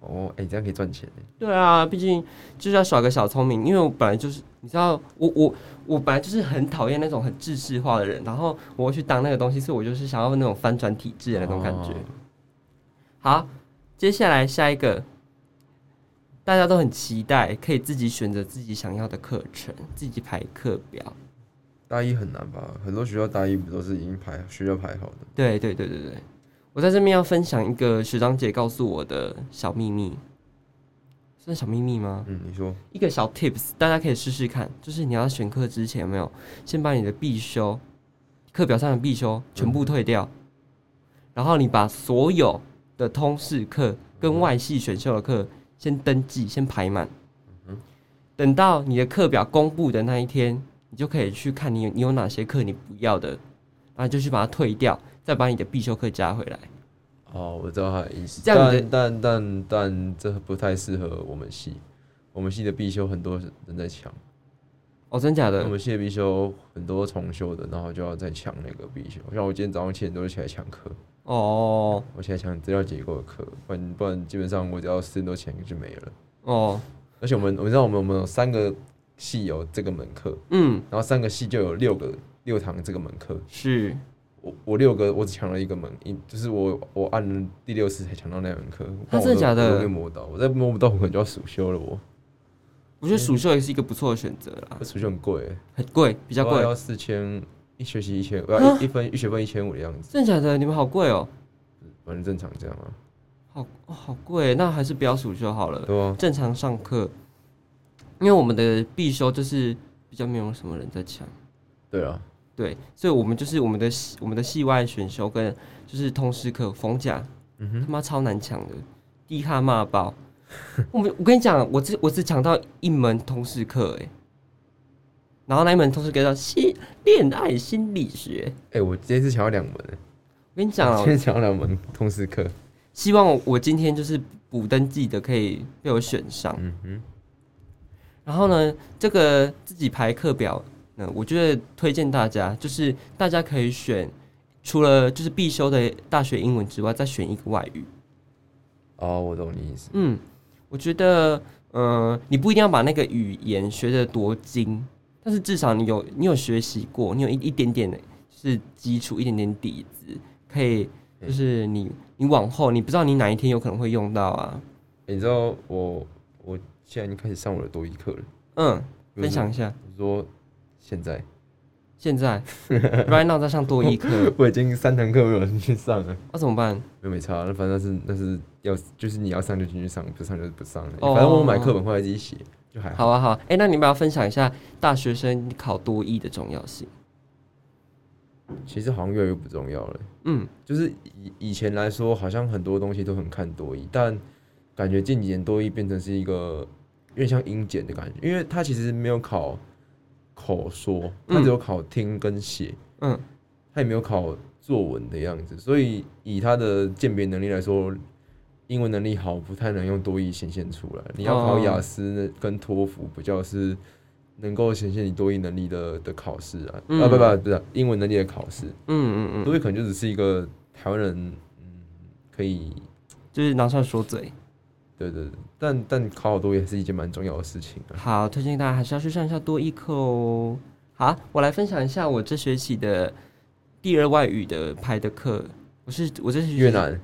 [SPEAKER 2] 哦，哎、这样可以赚钱欸
[SPEAKER 1] 对啊，毕竟就是要耍个小聪明，因为我本来就是，你知道，我我我本来就是很讨厌那种很制式化的人，然后我要去当那个东西，所以我就是想要那种翻转体制的那种感觉。
[SPEAKER 2] 哦
[SPEAKER 1] 好，接下来下一个，大家都很期待可以自己选择自己想要的课程，自己排课表。
[SPEAKER 2] 大一很难吧？很多学校大一不都是已经排学校排好的？
[SPEAKER 1] 对对对对对，我在这边要分享一个学长姐告诉我的小秘密，算小秘密吗？
[SPEAKER 2] 嗯，你说
[SPEAKER 1] 一个小 tips，大家可以试试看，就是你要选课之前有没有，先把你的必修课表上的必修全部退掉，然后你把所有的通识课跟外系选修的课先登记，先排满。等到你的课表公布的那一天，你就可以去看你有你有哪些课你不要的，然后就去把它退掉，再把你的必修课加回来。
[SPEAKER 2] 哦，我知道他的意思。
[SPEAKER 1] 这样你的
[SPEAKER 2] 但但但但这不太适合我们系，我们系的必修很多人在抢，
[SPEAKER 1] 哦，真假
[SPEAKER 2] 我
[SPEAKER 1] 的？
[SPEAKER 2] 们系的必修很多重修的，然后就要再抢那个必修。像我今天早上七点多就起来抢课，
[SPEAKER 1] 哦
[SPEAKER 2] 我起来抢资料结构的课，不然不然基本上我只要四点多前就没了。
[SPEAKER 1] 哦，
[SPEAKER 2] 而且我们我知道我们我们有三个系有这个门课，
[SPEAKER 1] 嗯，
[SPEAKER 2] 然后三个系就有六个六堂这个门课，
[SPEAKER 1] 是
[SPEAKER 2] 我我六个我只抢了一个门，一就是我我按了第六次才抢到那门课。
[SPEAKER 1] 啊真的假的
[SPEAKER 2] 我都被磨到，我再摸不到我可能就要暑修了我。
[SPEAKER 1] 我觉得暑修也是一个不错的选择啦
[SPEAKER 2] 我，暑修很贵欸，
[SPEAKER 1] 很贵，比
[SPEAKER 2] 比
[SPEAKER 1] 较贵。啊
[SPEAKER 2] 要四千一学期一千，我要一一分一学分一千五的样子，
[SPEAKER 1] 真的假的？你们好贵哦、
[SPEAKER 2] 反正正常这样啊。
[SPEAKER 1] 好哦好贵，那还是不要暑修好了，
[SPEAKER 2] 对啊，
[SPEAKER 1] 正常上课。因为我们的必修就是比较没有什么人在抢，
[SPEAKER 2] 对啊，
[SPEAKER 1] 对，所以我们就是我们的系我们的系外选修跟就是通识课逢甲，
[SPEAKER 2] 嗯
[SPEAKER 1] 他妈超难抢的，低卡骂爆。 我们我跟你讲，我只我只抢到一门通识课哎，然后那一门通识课叫心恋爱心理学。
[SPEAKER 2] 哎、我今天是抢到两门欸，
[SPEAKER 1] 我跟你讲啊，
[SPEAKER 2] 我今天抢到两门通识课。
[SPEAKER 1] 希望我我今天就是补登记的可以被我选上。
[SPEAKER 2] 嗯哼，
[SPEAKER 1] 然后呢，这个自己排课表，呢，我觉得推荐大家，就是大家可以选除了就是必修的大学英文之外，再选一个外语。
[SPEAKER 2] 哦，我懂你意思。
[SPEAKER 1] 嗯，我觉得，呃，你不一定要把那个语言学得多精，但是至少你有你有学习过，你有一一点点的，就是基础，一点点底子，可以就是你你往后你不知道你哪一天有可能会用到啊。
[SPEAKER 2] 欸你知道我我现在已经开始上我的多一课了，
[SPEAKER 1] 嗯，
[SPEAKER 2] 就是
[SPEAKER 1] 分享一下。
[SPEAKER 2] 我说现在
[SPEAKER 1] 现在 right now 在上多一课，
[SPEAKER 2] 我已经三堂课没有去上了。
[SPEAKER 1] 那、怎么办？
[SPEAKER 2] 没有没差，那反正那是那是要就是你要上就进去上，不上就不上了。
[SPEAKER 1] 哦
[SPEAKER 2] 反正我买课本回来自己写，就还好。
[SPEAKER 1] 好啊好啊，哎、那你们要分享一下大学生考多一的重要性。
[SPEAKER 2] 其实好像越来越不重要了。
[SPEAKER 1] 嗯，
[SPEAKER 2] 就是以以前来说，好像很多东西都很看多一，但感觉近几年多一变成是一个有点像英检的感觉，因为它其实没有考口说，它只有考听跟写，
[SPEAKER 1] 嗯，
[SPEAKER 2] 它也没有考作文的样子，所以以他的鉴别能力来说。英文能力好，不太能用多义显现出来。你要考
[SPEAKER 1] 哦
[SPEAKER 2] 雅思跟托福，比较是能够显现你多义能力的的考试啊，
[SPEAKER 1] 嗯
[SPEAKER 2] 啊不不不是英文能力的考试。
[SPEAKER 1] 嗯嗯嗯，
[SPEAKER 2] 多威可能就只是一个台湾人，嗯，可以，
[SPEAKER 1] 就是拿出来说嘴。
[SPEAKER 2] 对对对，但但考好多也是一件蛮重要的事情啊。
[SPEAKER 1] 好，推荐大家还是要去上一下多益课哦。好，我来分享一下我这学期的第二外语的排的课。我是我这学期
[SPEAKER 2] 越南，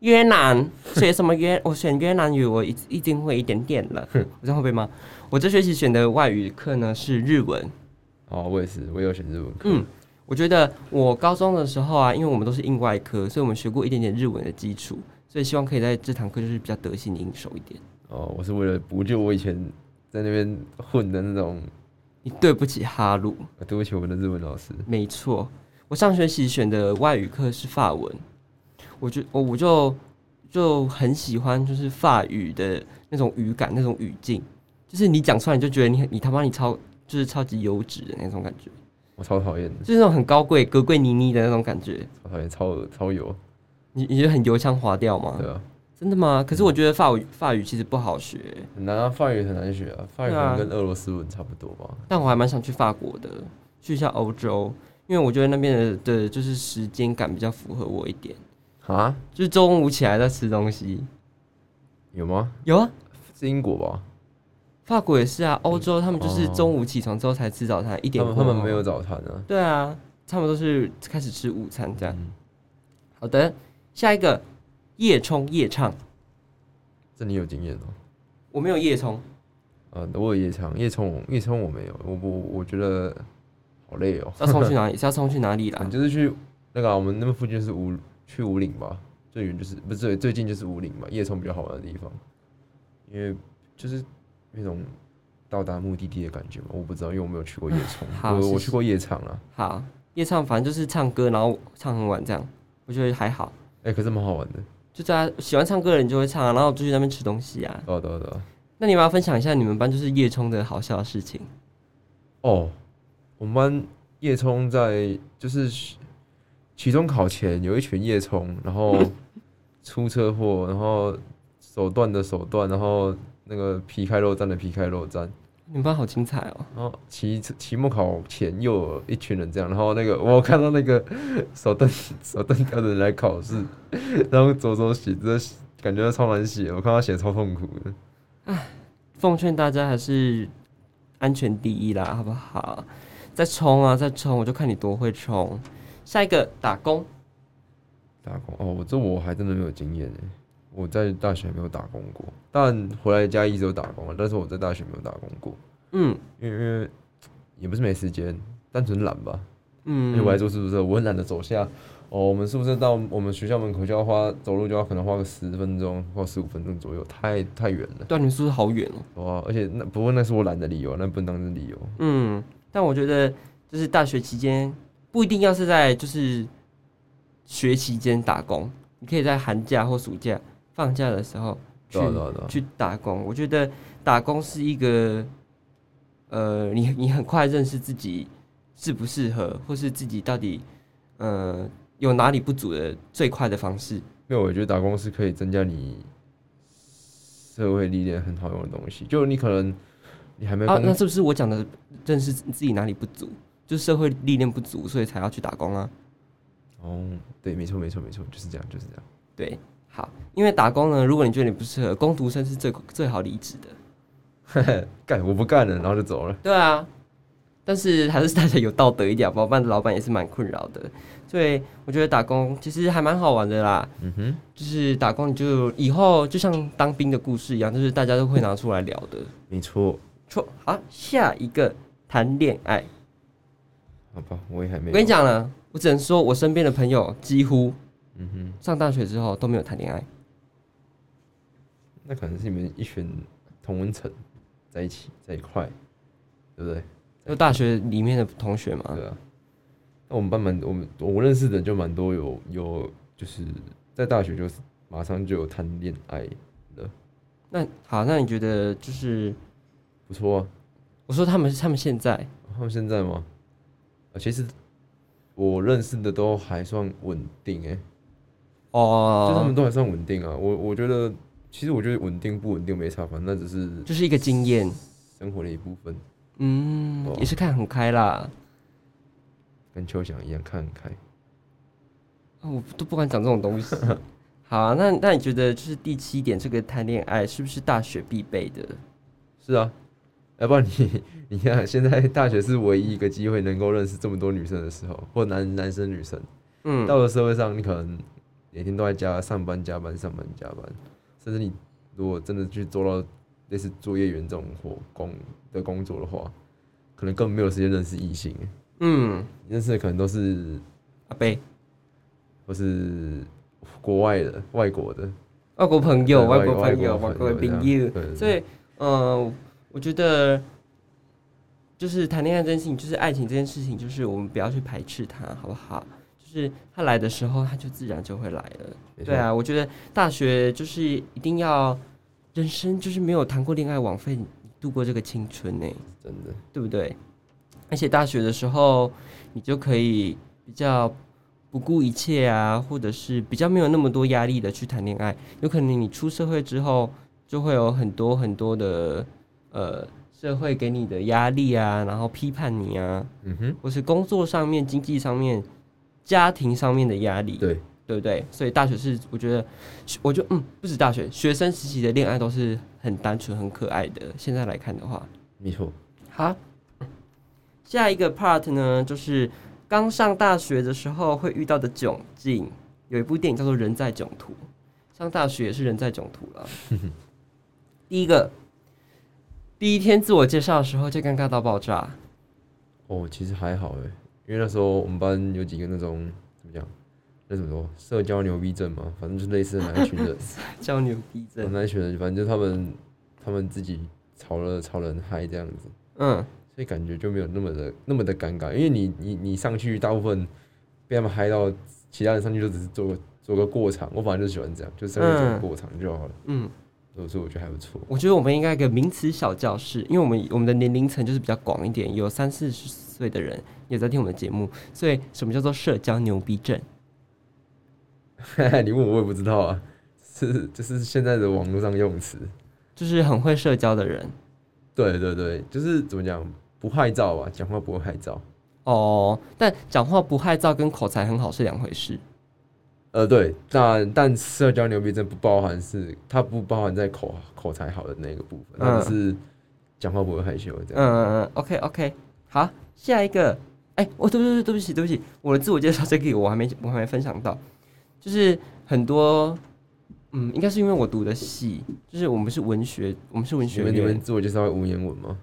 [SPEAKER 1] 越南学什么越？ 我选越南语，我已已经会一点点 了。我这样会被骂。我这学期选的外语课呢是日文。
[SPEAKER 2] 哦，我也是，我也有选日文课，
[SPEAKER 1] 嗯，我觉得我高中的时候啊，因为我们都是硬外科，所以我们学过一点点日文的基础，所以希望可以在这堂课就是比较得心应手一点。
[SPEAKER 2] 哦，我是为了补救我以前在那边混的那种，
[SPEAKER 1] 你对不起哈鲁，
[SPEAKER 2] 呃对不起我们的日文老师，
[SPEAKER 1] 没错，我上学期选的外语课是法文，我就我我就就很喜欢就是法语的那种语感、那种语境，就是你讲出来你就觉得你很你他妈你超就是超级优质的那种感觉，
[SPEAKER 2] 我超讨厌的，
[SPEAKER 1] 就是那种很高贵、格贵妮妮的那种感觉。
[SPEAKER 2] 超讨厌，超恶，超油，
[SPEAKER 1] 你你觉得很油腔滑调吗
[SPEAKER 2] 对？啊，
[SPEAKER 1] 真的吗？可是我觉得法语法语其实不好学，
[SPEAKER 2] 很难啊，法语很难学啊，法语可
[SPEAKER 1] 对啊
[SPEAKER 2] 能跟俄罗斯文差不多吧。
[SPEAKER 1] 但我还蛮想去法国的，去一下欧洲，因为我觉得那边的的就是时间感比较符合我一点。
[SPEAKER 2] 啊？
[SPEAKER 1] 就是中午起来在吃东西。
[SPEAKER 2] 有吗？
[SPEAKER 1] 有啊，
[SPEAKER 2] 是英国吧？
[SPEAKER 1] 法国也是啊，欧洲他们就是中午起床之后才吃早餐，一
[SPEAKER 2] 嗯哦他
[SPEAKER 1] 点
[SPEAKER 2] 们
[SPEAKER 1] 过
[SPEAKER 2] 他
[SPEAKER 1] 后
[SPEAKER 2] 们没有。早餐啊。
[SPEAKER 1] 对啊，他们都是开始吃午餐这样。
[SPEAKER 2] 嗯
[SPEAKER 1] 好的，下一个夜冲夜唱，
[SPEAKER 2] 这你有经验哦。
[SPEAKER 1] 我没有夜冲，
[SPEAKER 2] 啊，我有夜唱，夜冲夜冲我没有，我我我觉得好累哦。
[SPEAKER 1] 要 冲去哪里？是要冲去哪里啦，
[SPEAKER 2] 你？就是去那个啊、我们那边附近就是五去五岭吧，最远就是不是最最近就是五岭嘛，夜冲比较好玩的地方，因为就是那种到达目的地的感觉嘛。我不知道，因为我没有去过夜冲
[SPEAKER 1] 好
[SPEAKER 2] 我
[SPEAKER 1] 谢
[SPEAKER 2] 我
[SPEAKER 1] 谢
[SPEAKER 2] 去过夜场啊，
[SPEAKER 1] 好，夜唱反正就是唱歌，然后唱很晚这样，我觉得还好。
[SPEAKER 2] 哎、可是蛮好玩的。
[SPEAKER 1] 就大家喜欢唱歌的人就会唱啊、然后就去那边吃东西啊。
[SPEAKER 2] 对啊对啊对啊
[SPEAKER 1] 那你们要分享一下你们班就是夜冲的好笑的事情？
[SPEAKER 2] 哦，我们班夜冲在就是期中考前有一群夜冲，然后出车祸，然后手断的手断，然后那个皮开肉绽的皮开肉绽。
[SPEAKER 1] 你们班好精彩哦！
[SPEAKER 2] 然后期期末考前又有一群人这样，然后那个我看到那个手断手断 掉的人来考试，然后左手写，这感觉超难写，我看他写超痛苦的。
[SPEAKER 1] 奉劝大家还是安全第一啦，好不好？再冲啊，再冲！我就看你多会冲。下一个打工，
[SPEAKER 2] 打工哦，我这我还真的没有经验诶，我在大学没有打工过，但回来家一直有打工啊，但是我在大学没有打工过，
[SPEAKER 1] 嗯
[SPEAKER 2] 因为因为也不是没时间，单纯懒吧。因为哎我还
[SPEAKER 1] 嗯，
[SPEAKER 2] 住宿舍，我很懒得走下。哦，我们宿舍到我们学校门口就要花走路就要可能花个十分钟或十五分钟左右，太太远了。
[SPEAKER 1] 对啊，你们宿舍好远哦。
[SPEAKER 2] 哇、而且那不过那是我懒的理由，那不能当成理由。
[SPEAKER 1] 嗯，但我觉得就是大学期间不一定要是在就是学期间打工，你可以在寒假或暑假放假的时候去
[SPEAKER 2] 对啊对啊对啊
[SPEAKER 1] 去打工。我觉得打工是一个呃，你你很快认识自己适不适合，或是自己到底呃有哪里不足的最快的方式。
[SPEAKER 2] 因为我觉得打工是可以增加你社会历练很好用的东西。就你可能你还没
[SPEAKER 1] 啊
[SPEAKER 2] 工，
[SPEAKER 1] 那是不是我讲的认识自己哪里不足，就社会历练不足，所以才要去打工啊？
[SPEAKER 2] 哦，对，没错没错没错，就是这样就是这样。
[SPEAKER 1] 对，好，因为打工呢，如果你觉得你不适合，工读生是最最好离职的。
[SPEAKER 2] 干我不干了，然后就走了。
[SPEAKER 1] 对啊，但是还是大家有道德一点，好不然老板也是蛮困扰的。所以我觉得打工其实还蛮好玩的啦，
[SPEAKER 2] 嗯哼，
[SPEAKER 1] 就是打工你就以后就像当兵的故事一样，就是大家都会拿出来聊的。
[SPEAKER 2] 没错。
[SPEAKER 1] 错，好，下一个谈恋爱，
[SPEAKER 2] 好吧，我也还没。
[SPEAKER 1] 我跟你，讲了，我只能说我身边的朋友几乎
[SPEAKER 2] 嗯哼，
[SPEAKER 1] 上大学之后都没有谈恋爱。
[SPEAKER 2] 那可能是你们一群同文层在一起在一块，对不对？
[SPEAKER 1] 就大学里面的同学嘛，
[SPEAKER 2] 对啊。那我们班蛮我们我认识的就蛮多有有就是在大学就是马上就有谈恋爱，
[SPEAKER 1] 那好，那你觉得就是
[SPEAKER 2] 不错啊。
[SPEAKER 1] 我说他们是他们现在
[SPEAKER 2] 他们现在吗？呃其实我认识的都还算稳定欸诶、
[SPEAKER 1] 哦，
[SPEAKER 2] 就他们都还算稳定啊。我我觉得其实我觉得稳定不稳定没差，反正那只是
[SPEAKER 1] 就是一个经验，
[SPEAKER 2] 生活的一部分，
[SPEAKER 1] 嗯，
[SPEAKER 2] 哦
[SPEAKER 1] 也是看很开啦。
[SPEAKER 2] 跟秋翔一样看很开。
[SPEAKER 1] 啊我都不敢讲这种东 西。好啊、那那你觉得就是第七点，这个谈恋爱是不是大学必备的？
[SPEAKER 2] 是啊，要不然你 你看，现在大学是唯一一个机会能够认识这么多女生的时候，或男男生女生。
[SPEAKER 1] 嗯，
[SPEAKER 2] 到了社会上，你可能每天都在家上班、加班、上班、加班，甚至你如果真的去做到类似作业员这种活工的工作的话，可能根本没有时间认识异性，
[SPEAKER 1] 嗯，
[SPEAKER 2] 你认识的可能都是
[SPEAKER 1] 阿贝，
[SPEAKER 2] 都是国外的、外国的，
[SPEAKER 1] 外国朋友，
[SPEAKER 2] 对
[SPEAKER 1] 外国朋友，
[SPEAKER 2] 外
[SPEAKER 1] 外
[SPEAKER 2] 国
[SPEAKER 1] 国
[SPEAKER 2] 朋友
[SPEAKER 1] 朋
[SPEAKER 2] 这样
[SPEAKER 1] 友。
[SPEAKER 2] 对啊
[SPEAKER 1] 所以，呃，我觉得就是谈恋爱这件事情，就是爱情这件事情，就是我们不要去排斥它，好不好？就是它来的时候，它就自然就会来了。
[SPEAKER 2] 没错
[SPEAKER 1] 对啊，我觉得大学就是一定要，人生就是没有谈过恋爱，枉费你度过这个青春呢、
[SPEAKER 2] 真的
[SPEAKER 1] 对不对？而且大学的时候，你就可以比较不顾一切啊，或者是比较没有那么多压力的去谈恋爱。有可能你出社会之后，就会有很多很多的呃社会给你的压力啊，然后批判你啊，
[SPEAKER 2] 嗯哼，
[SPEAKER 1] 或是工作上面、经济上面、家庭上面的压力。
[SPEAKER 2] 对，
[SPEAKER 1] 对不对？所以大学是我觉得，我觉得嗯，不止大学，学生时期的恋爱都是很单纯、很可爱的。现在来看的话，
[SPEAKER 2] 没错，
[SPEAKER 1] 好，下一个 part 呢，就是刚上大学的时候会遇到的窘境。有一部电影叫做《人在囧途》，上大学也是人在囧途 了。第一个，第一天自我介绍的时候就尴尬到爆炸，
[SPEAKER 2] 哦，其实还好哎，因为那时候我们班有几个那种怎么讲，那怎么说，社交牛逼症嘛，反正就类似的那一群人，
[SPEAKER 1] 叫牛逼症。
[SPEAKER 2] 那一群人，反正就他们他们自己吵了吵了很嗨这样子，
[SPEAKER 1] 嗯，
[SPEAKER 2] 所以感觉就没有那么的那么的尴尬，因为你你你上去大部分被他们嗨到，其他人上去就只是做个做个过场，我反正就喜欢这样，就上去做个
[SPEAKER 1] 嗯
[SPEAKER 2] 过场就好了，
[SPEAKER 1] 嗯，
[SPEAKER 2] 所以所以我觉得还不错。
[SPEAKER 1] 我觉得我们应该有一个名词小教室，因为我们我们的年龄层就是比较广一点，有三四十岁的人也在听我们的节目，所以什么叫做社交牛逼症？
[SPEAKER 2] 你问我我也不知道啊，是就是现在的网络上用词，
[SPEAKER 1] 就是很会社交的人
[SPEAKER 2] 对对对，就是怎么讲不害臊吧，讲话不会害臊。
[SPEAKER 1] 哦，但讲话不害臊跟口才很好是两回事。
[SPEAKER 2] 呃，对，但但社交牛逼症不包含是，它不包含在口口才好的那个部分，它
[SPEAKER 1] 嗯
[SPEAKER 2] 只是讲话不会害羞这
[SPEAKER 1] 嗯
[SPEAKER 2] 样。
[SPEAKER 1] 嗯嗯，OK OK，好，下一个，哎、我对对对，对不起对不起，我的自我介绍这个我还没我还没分享到，就是很多，嗯，应该是因为我读的系，就是我们是文学，我们是文
[SPEAKER 2] 你
[SPEAKER 1] 学
[SPEAKER 2] 们你们
[SPEAKER 1] 院，
[SPEAKER 2] 自我介绍会文言文吗？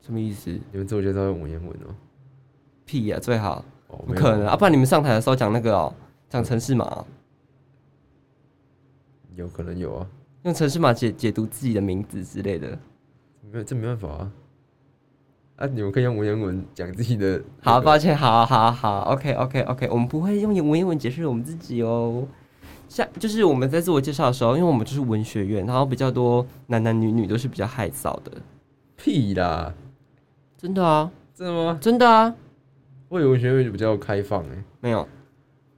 [SPEAKER 1] 什么意思？
[SPEAKER 2] 你们自我介绍会文言文吗？
[SPEAKER 1] 屁呀、最好
[SPEAKER 2] 哦，
[SPEAKER 1] 不
[SPEAKER 2] 没有
[SPEAKER 1] 可能啊！不然你们上台的时候讲那个哦，讲城市码哦、
[SPEAKER 2] 有可能有啊，
[SPEAKER 1] 用城市码解解读自己的名字之类的。
[SPEAKER 2] 没有这没办法啊。啊，你们可以用文言文讲自己的、
[SPEAKER 1] 好，，抱歉，好好好，OK OK OK，我们不会用文言文解释我们自己哦。下就是我们在自我介绍的时候，因为我们就是文学院，然后比较多男男女女都是比较害臊的，
[SPEAKER 2] 屁啦，
[SPEAKER 1] 真的啊，
[SPEAKER 2] 真的吗？
[SPEAKER 1] 真的啊，
[SPEAKER 2] 我以为文学院比较开放哎、
[SPEAKER 1] 没有。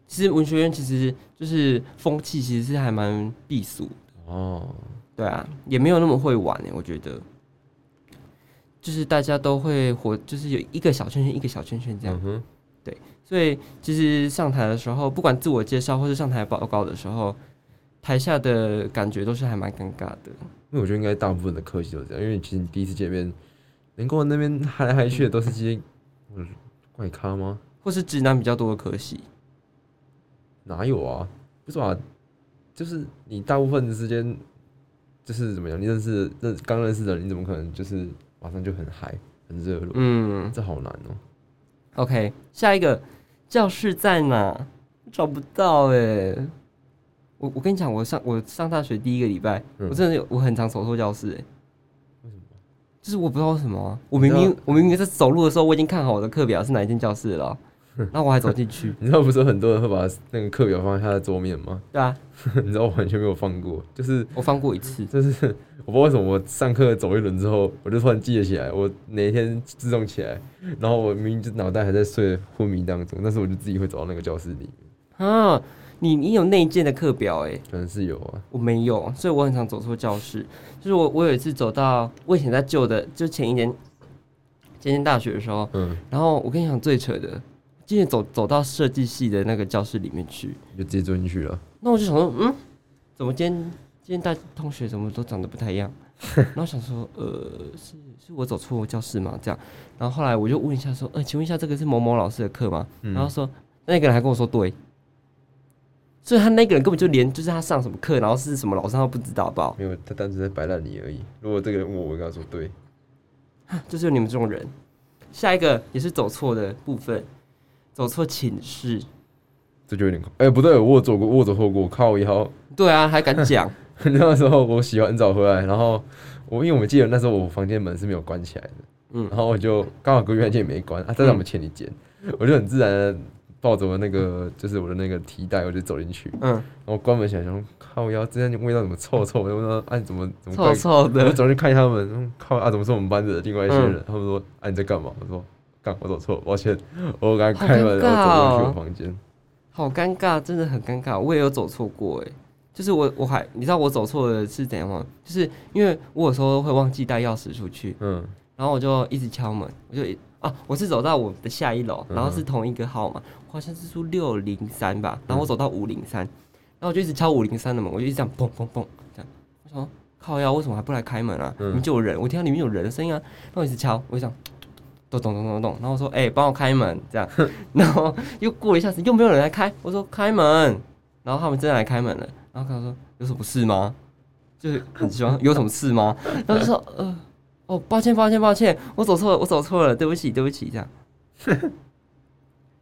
[SPEAKER 1] 其实文学院其实就是风气，其实是还蛮避俗
[SPEAKER 2] 哦，
[SPEAKER 1] 对啊，也没有那么会玩欸诶、我觉得，就是大家都会活，就是有一个小圈圈，一个小圈圈这样。
[SPEAKER 2] 嗯哼，
[SPEAKER 1] 所以其实上台的时候，不管自我介绍或是上台报告的时候，台下的感觉都是还蛮尴尬的。
[SPEAKER 2] 那我觉得应该大部分的科系都这样，因为其实你第一次见面，能够那边嗨来嗨去的都是些嗯怪咖吗？
[SPEAKER 1] 或是直男比较多的可惜，
[SPEAKER 2] 哪有啊？不是吧？就是你大部分的时间，就是怎么样？你认识认刚认识的人，你怎么可能就是马上就很嗨、很热络？
[SPEAKER 1] 嗯
[SPEAKER 2] 这好难哦、
[SPEAKER 1] ，OK，下一个教室在哪？找不到哎、我我跟你讲，我上我上大学第一个礼拜，
[SPEAKER 2] 嗯
[SPEAKER 1] 我真的有我很常走错教室哎、
[SPEAKER 2] 为什么？
[SPEAKER 1] 就是我不知道为什么啊、我
[SPEAKER 2] 你
[SPEAKER 1] 明
[SPEAKER 2] 知道，
[SPEAKER 1] 明我明明在走路的时候，我已经看好我的课表是哪一间教室了哦、然后我还走进去
[SPEAKER 2] 你知道不是有很多人会把那个课表放在他的桌面吗？
[SPEAKER 1] 对啊，
[SPEAKER 2] 你知道我完全没有放过，就是
[SPEAKER 1] 我放过一 次，
[SPEAKER 2] 就是我不知道为什么我上课走一轮之后，我就突然记得起来，我哪一天自动起来，然后我明明就脑袋还在睡昏迷当中，但是我就自己会走到那个教室里面，
[SPEAKER 1] 啊，你你有内建的课表哎、
[SPEAKER 2] 可能是有啊，
[SPEAKER 1] 我没有，所以我很常走错教室。就是我我有一次走到我以前在旧的，就前一年前一年大学的时候，
[SPEAKER 2] 嗯，
[SPEAKER 1] 然后我跟你讲最扯的，今天走走到设计系的那个教室里面去，
[SPEAKER 2] 就直接钻进去了。
[SPEAKER 1] 那我就想说，嗯，怎么今天今天大同学怎么都长得不太 一样？然后想说，呃，是是我走错教室吗？这样，然后后来我就问一下说，呃，请问一下这个是某某老师的课吗？
[SPEAKER 2] 嗯
[SPEAKER 1] 然后说那个人还跟我说对，所以他那个人根本就连就是他上什么课，然后是什么老师他都不知道，好不好？
[SPEAKER 2] 没有，他单纯在摆烂你而已。如果这个人问我，我会跟他说对，
[SPEAKER 1] 就是有你们这种人。下一个也是走错的部分，走错寝室。
[SPEAKER 2] 这就有点恐……哎、不对，我有走过，我有走错过，靠腰。
[SPEAKER 1] 对啊，还敢讲？
[SPEAKER 2] 那时候我洗完澡回来，然后我因为我们记得那时候我房间门是没有关起来的，
[SPEAKER 1] 嗯
[SPEAKER 2] 然后我就刚好隔壁房间也没关啊，但是我们前一间，我就很自然的抱着我那个就是我的那个提袋，我就走进去，
[SPEAKER 1] 嗯，
[SPEAKER 2] 然后关门起来，想说靠腰，之前味道怎么臭臭的？我说啊，你怎么怎么怪
[SPEAKER 1] 臭臭
[SPEAKER 2] 我
[SPEAKER 1] 的。
[SPEAKER 2] 走去看他们，嗯靠啊，怎么是我们班的另外一些
[SPEAKER 1] 嗯
[SPEAKER 2] 人？他们说啊你在干嘛？我说干，我走错，抱歉， 我刚刚开
[SPEAKER 1] 好
[SPEAKER 2] 门，
[SPEAKER 1] 尴
[SPEAKER 2] 然
[SPEAKER 1] 尬
[SPEAKER 2] 后走进去
[SPEAKER 1] 哦
[SPEAKER 2] 我房间。
[SPEAKER 1] 好尴尬，真的很尴尬。我也有走错过哎、就是我我还你知道我走错的是怎样吗？就是因为我有时候会忘记带钥匙出去，
[SPEAKER 2] 嗯，
[SPEAKER 1] 然后我就一直敲门，我就一啊，我是走到我的下一楼，然后
[SPEAKER 2] 嗯
[SPEAKER 1] 是
[SPEAKER 2] 哼
[SPEAKER 1] 同一个号码，我好像是出六零三吧，然后我走到五零三，然后我就一直敲五零三的门，我就一直这样砰砰砰这样，我想说靠呀，为什么还不来开门啊？
[SPEAKER 2] 嗯
[SPEAKER 1] 里面就有人，我听到里面有人的声音啊，然后我一直敲，我就想。咚咚咚咚咚，然后我说：“哎、帮我开门。”这样， 然后又过了一下子，又没有人来开。我说：“开门。”然后他们真的来开门了。然后他说：“有什么事吗？”就是很喜欢有什么事吗？然后就说：“呃，哦，抱歉，抱歉，抱歉，我走错了，我走错了，对不起，对不起。”这样，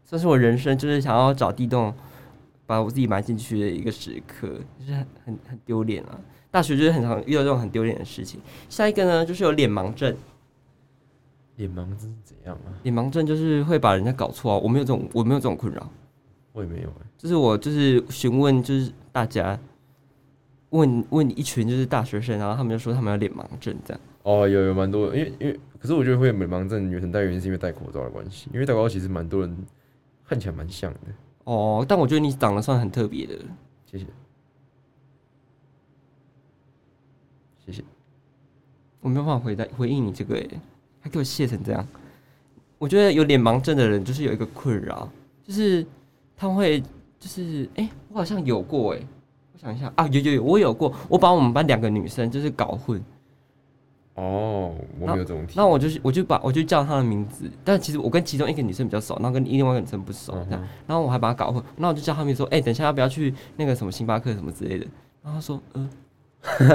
[SPEAKER 1] 算是我人生就是想要找地洞，把我自己埋进去的一个时刻，就是很很很丢脸啊。大学就是很常遇到这种很丢脸的事情。下一个呢，就是有脸盲症。
[SPEAKER 2] 眼盲症是怎样啊？
[SPEAKER 1] 脸盲症就是会把人家搞错啊，我没有这种，我没有这种困扰。
[SPEAKER 2] 我也没有哎、
[SPEAKER 1] 就是我就是询问，就是大家问问一群就是大学生，然后他们就说他们有脸盲症这样。
[SPEAKER 2] 哦，有有蛮多的，因为因为，可是我觉得会有美盲症有很大原因是因为戴口罩的关系，因为戴口罩其实蛮多人看起来蛮像的。
[SPEAKER 1] 哦，但我觉得你长得算很特别的。
[SPEAKER 2] 谢谢，谢谢。
[SPEAKER 1] 我没有办法回答回应你这个、欸，还给我谢成这样。我觉得有脸盲症的人就是有一个困扰，就是他们会就是哎、欸我好像有过哎、欸我想一下啊，有有有，我有过，我把我们班两个女生就是搞混，
[SPEAKER 2] 哦，我没有这种体验。
[SPEAKER 1] 那我就是我就把我就叫她的名字，但其实我跟其中一个女生比较熟，然后跟另外一个女生不熟，
[SPEAKER 2] 嗯
[SPEAKER 1] 这样
[SPEAKER 2] 哼
[SPEAKER 1] 然后我还把他搞混，然后我就叫他们说，哎、等一下要不要去那个什么星巴克什么之类的？然后他说，呃，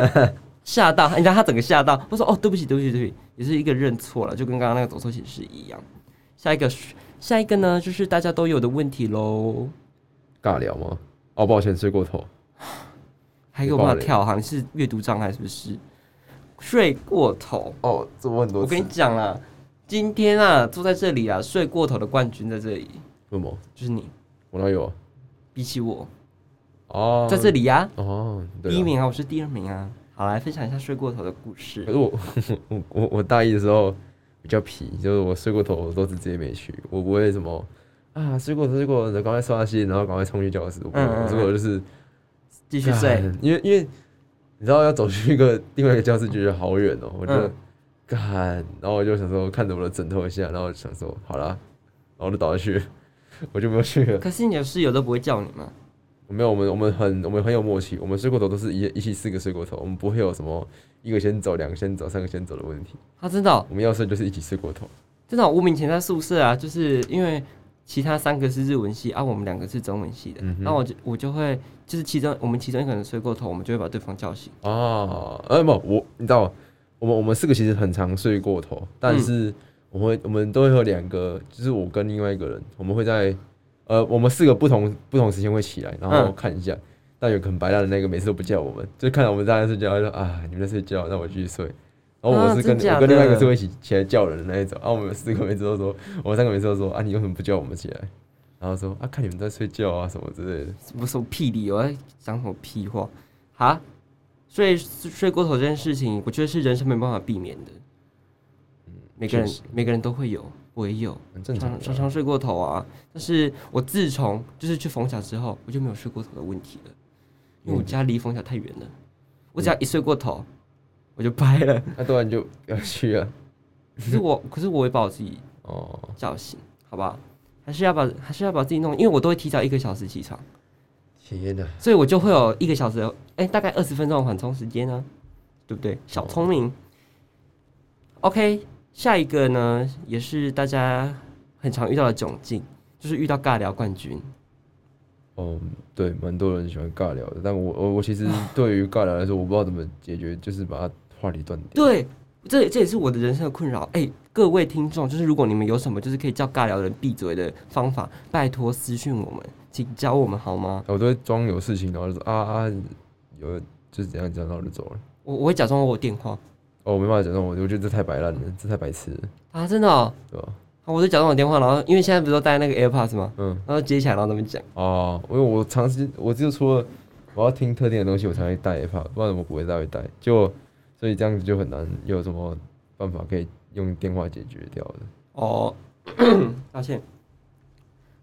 [SPEAKER 1] 吓到，你知道他整个吓到，我说，哦，对不起，对不起，对不起，也是一个认错了，就跟刚刚那个走错形式一样。下一个，下一个呢，就是大家都有的问题喽。
[SPEAKER 2] 尬聊吗？哦，抱歉，睡过头。
[SPEAKER 1] 还有没办法跳行？是阅读障碍是不是？睡过头，
[SPEAKER 2] 哦，这我很多
[SPEAKER 1] 我跟你讲啦，今天啊坐在这里啊，睡过头的冠军在这里，
[SPEAKER 2] 为什么？
[SPEAKER 1] 就是你，
[SPEAKER 2] 我哪有啊？
[SPEAKER 1] 比起我
[SPEAKER 2] 哦，
[SPEAKER 1] 在这。里呀、
[SPEAKER 2] 哦，对。
[SPEAKER 1] 第一。名啊，我是第二名啊。好，来分享一下睡过头的故事
[SPEAKER 2] 可。是我我我我大一的时候比较皮，就是我睡过头，我都是直接没去，我不会什么啊睡过头睡过头，然后赶快刷牙洗脸，然后赶快冲去教室。我不会，
[SPEAKER 1] 嗯嗯嗯
[SPEAKER 2] 所以我就是
[SPEAKER 1] 继续睡。
[SPEAKER 2] 干因为因为你知道要走去一个另外一个教室，觉得好远哦、我就
[SPEAKER 1] 嗯
[SPEAKER 2] 干、然后我就想说看着我的枕头一下，然后想说好啦，然后我就倒下去了， 我就没有去了。
[SPEAKER 1] 可是你的室友都不会叫你吗？
[SPEAKER 2] 没有，我们我们很我们很有默契，我们睡过头都是一一起四个睡过头，我们不会有什么一个先走、两个先走、三个先走的问题。
[SPEAKER 1] 他、真的哦、
[SPEAKER 2] 我们要睡就是一起睡过头。
[SPEAKER 1] 真的哦、我们以前在宿舍啊，就是因为其他三个是日文系啊，我们两个是中文系的，
[SPEAKER 2] 嗯哼
[SPEAKER 1] 那我就我就会就是其中我们其中一个人睡过头，我们就会把对方叫醒。
[SPEAKER 2] 哦，呃，不，我你知道吗？我们我们四个其实很常睡过头，但
[SPEAKER 1] 嗯
[SPEAKER 2] 是我们会我们都会有两个，就是我跟另外一个人，我们会在呃，我们四个不同不同时间会起来，然后
[SPEAKER 1] 嗯
[SPEAKER 2] 看一下。但有个很白烂的那个每次都不叫我们，就看到我们大家睡觉，他就说啊，你们在睡觉，那我继续睡。然后我
[SPEAKER 1] 啊
[SPEAKER 2] 是跟、
[SPEAKER 1] 真假
[SPEAKER 2] 我跟另外一个
[SPEAKER 1] 的
[SPEAKER 2] 是会一起起来叫人的那一种，啊，我们四个每次都说，我们三个每次都说啊，你为什么不叫我们起来？然后说啊，看你们在睡觉啊什么之类的。
[SPEAKER 1] 什么什么屁理由？我在讲什么屁话？哈，睡睡过头这件事情，我觉得是人生没办法避免的。每个人
[SPEAKER 2] 确实
[SPEAKER 1] 每个人都会有，我也有，
[SPEAKER 2] 很正常的
[SPEAKER 1] 常
[SPEAKER 2] 啊
[SPEAKER 1] 常常睡过头啊。但是我自从就是去逢甲之后，我就没有睡过头的问题了，因
[SPEAKER 2] 嗯
[SPEAKER 1] 为我家离逢甲太远了，我只要一睡过头，我就掰了。
[SPEAKER 2] 那当然就不要去啊。
[SPEAKER 1] 可是我，可是我会把我自己
[SPEAKER 2] 哦，
[SPEAKER 1] 叫醒，好吧？还是要把还是要把自己弄，因为我都会提早一个小时起床，
[SPEAKER 2] 天哪！
[SPEAKER 1] 所以我就会有一个小时的，哎、大概二十分钟的缓冲时间呢、对不对？小聪明。OK，下一个呢，也是大家很常遇到的窘境，就是遇到尬聊冠军。
[SPEAKER 2] 哦，对，蛮多人喜欢尬聊的，但我我我其 实对于尬聊来说，我不知道怎么解决，就是把它话题断 掉。
[SPEAKER 1] 对，这这也是我的人生的困扰。哎、各位听众，就是如果你们有什么就是可以叫尬聊的人闭嘴的方法，拜托私讯我们，请教我们好吗？
[SPEAKER 2] 我都会装有事情，然后就说啊啊，有就是怎样怎样，然后就走了。
[SPEAKER 1] 我我会假装我有电话
[SPEAKER 2] 哦，我没办法讲这种，我我觉得这太白烂了，这太白痴了，
[SPEAKER 1] 啊，真的、哦，
[SPEAKER 2] 对吧？
[SPEAKER 1] 啊我就假装我有电话，然后因为现在不是都带那个 AirPods 吗？
[SPEAKER 2] 嗯，
[SPEAKER 1] 然后接起来，然后他们讲。
[SPEAKER 2] 哦，因为我长时间，我就除了我要听特定的东西，我才会带 AirPod，不然我不会再会带。就所以这样子就很难有什么办法可以用电话解决掉的。
[SPEAKER 1] 哦， 抱歉。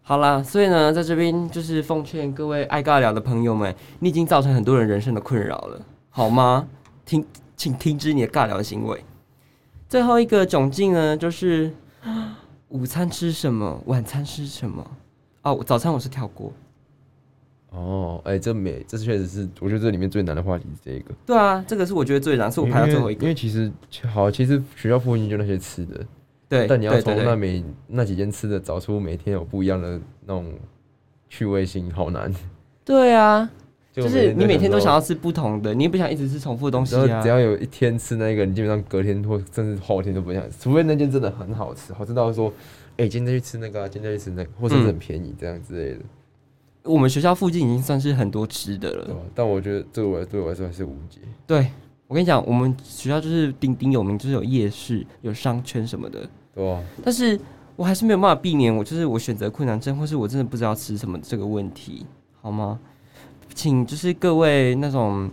[SPEAKER 1] 好啦，所以呢，在这边就是奉劝各位爱尬聊的朋友们，你已经造成很多人人生的困扰了，好吗？停，请停止你的尬聊行为。最后一个窘境呢，就是午餐吃什么，晚餐吃什么。哦，早餐我是跳过。
[SPEAKER 2] 哦，哎、这没，这确实是，我觉得这里面最难的话题是这个。
[SPEAKER 1] 对啊，这个是我觉得最难，是我排到最后一
[SPEAKER 2] 因为因
[SPEAKER 1] 个。
[SPEAKER 2] 为其实好，其实学校附近就那些吃的，
[SPEAKER 1] 对，
[SPEAKER 2] 但你要
[SPEAKER 1] 对
[SPEAKER 2] 从
[SPEAKER 1] 对
[SPEAKER 2] 那
[SPEAKER 1] 对
[SPEAKER 2] 每那几间吃的找出每天有不一样的那种趣味性，好难。
[SPEAKER 1] 对啊，就是你每天都想
[SPEAKER 2] 要
[SPEAKER 1] 要吃不同的，你也不想一直吃重复的东西
[SPEAKER 2] 只要
[SPEAKER 1] 啊
[SPEAKER 2] 只。要有一天吃那个，你基本上隔天或甚至后天都不想吃，除非那间真的很好吃，好吃到说，哎、今天去吃那个、啊，今天去吃那个，或者是
[SPEAKER 1] 嗯
[SPEAKER 2] 很便宜这样之类的，
[SPEAKER 1] 我们学校附近已经算是很多吃的
[SPEAKER 2] 对
[SPEAKER 1] 了
[SPEAKER 2] 吧。？但我觉得这个我对我来说还是无解。
[SPEAKER 1] 对，我跟你讲，我们学校就是鼎鼎有名，就是有夜市、有商圈什么的。
[SPEAKER 2] 对吧？
[SPEAKER 1] 但是我还是没有办法避免我就是我选择困难症，或是我真的不知道吃什么这个问题，好吗？请就是各位那种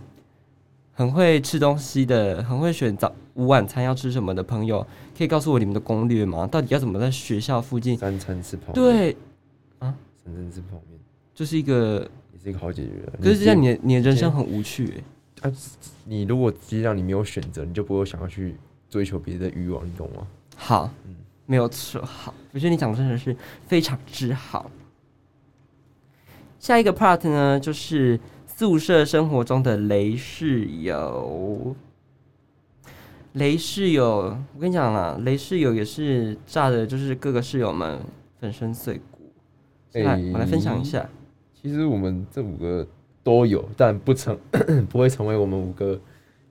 [SPEAKER 1] 很会吃东西的、很会选早午晚餐要吃什么的朋友，可以告诉我你们的攻略吗？到底要怎么在学校附近？
[SPEAKER 2] 三餐吃泡面，，
[SPEAKER 1] 对，
[SPEAKER 2] 三餐吃泡面
[SPEAKER 1] 就是一个，
[SPEAKER 2] 也是一个好解决的。
[SPEAKER 1] 可是这样
[SPEAKER 2] 你
[SPEAKER 1] 你的你的人生很无趣、欸
[SPEAKER 2] 你如果既让你没有选择，你就不会想要去追求别的欲望，你懂吗？
[SPEAKER 1] 好
[SPEAKER 2] 嗯，
[SPEAKER 1] 没有错，好，我觉得你讲的真的是非常之好。下一个 part 呢，就是宿舍生活中的雷室友。雷室友，我跟你讲啦，雷室友也是炸的，就是各个室友们粉身碎骨。
[SPEAKER 2] 哎
[SPEAKER 1] 来，我来分享一下。
[SPEAKER 2] 其实我们这五个都有，但不成 不会成为我们五个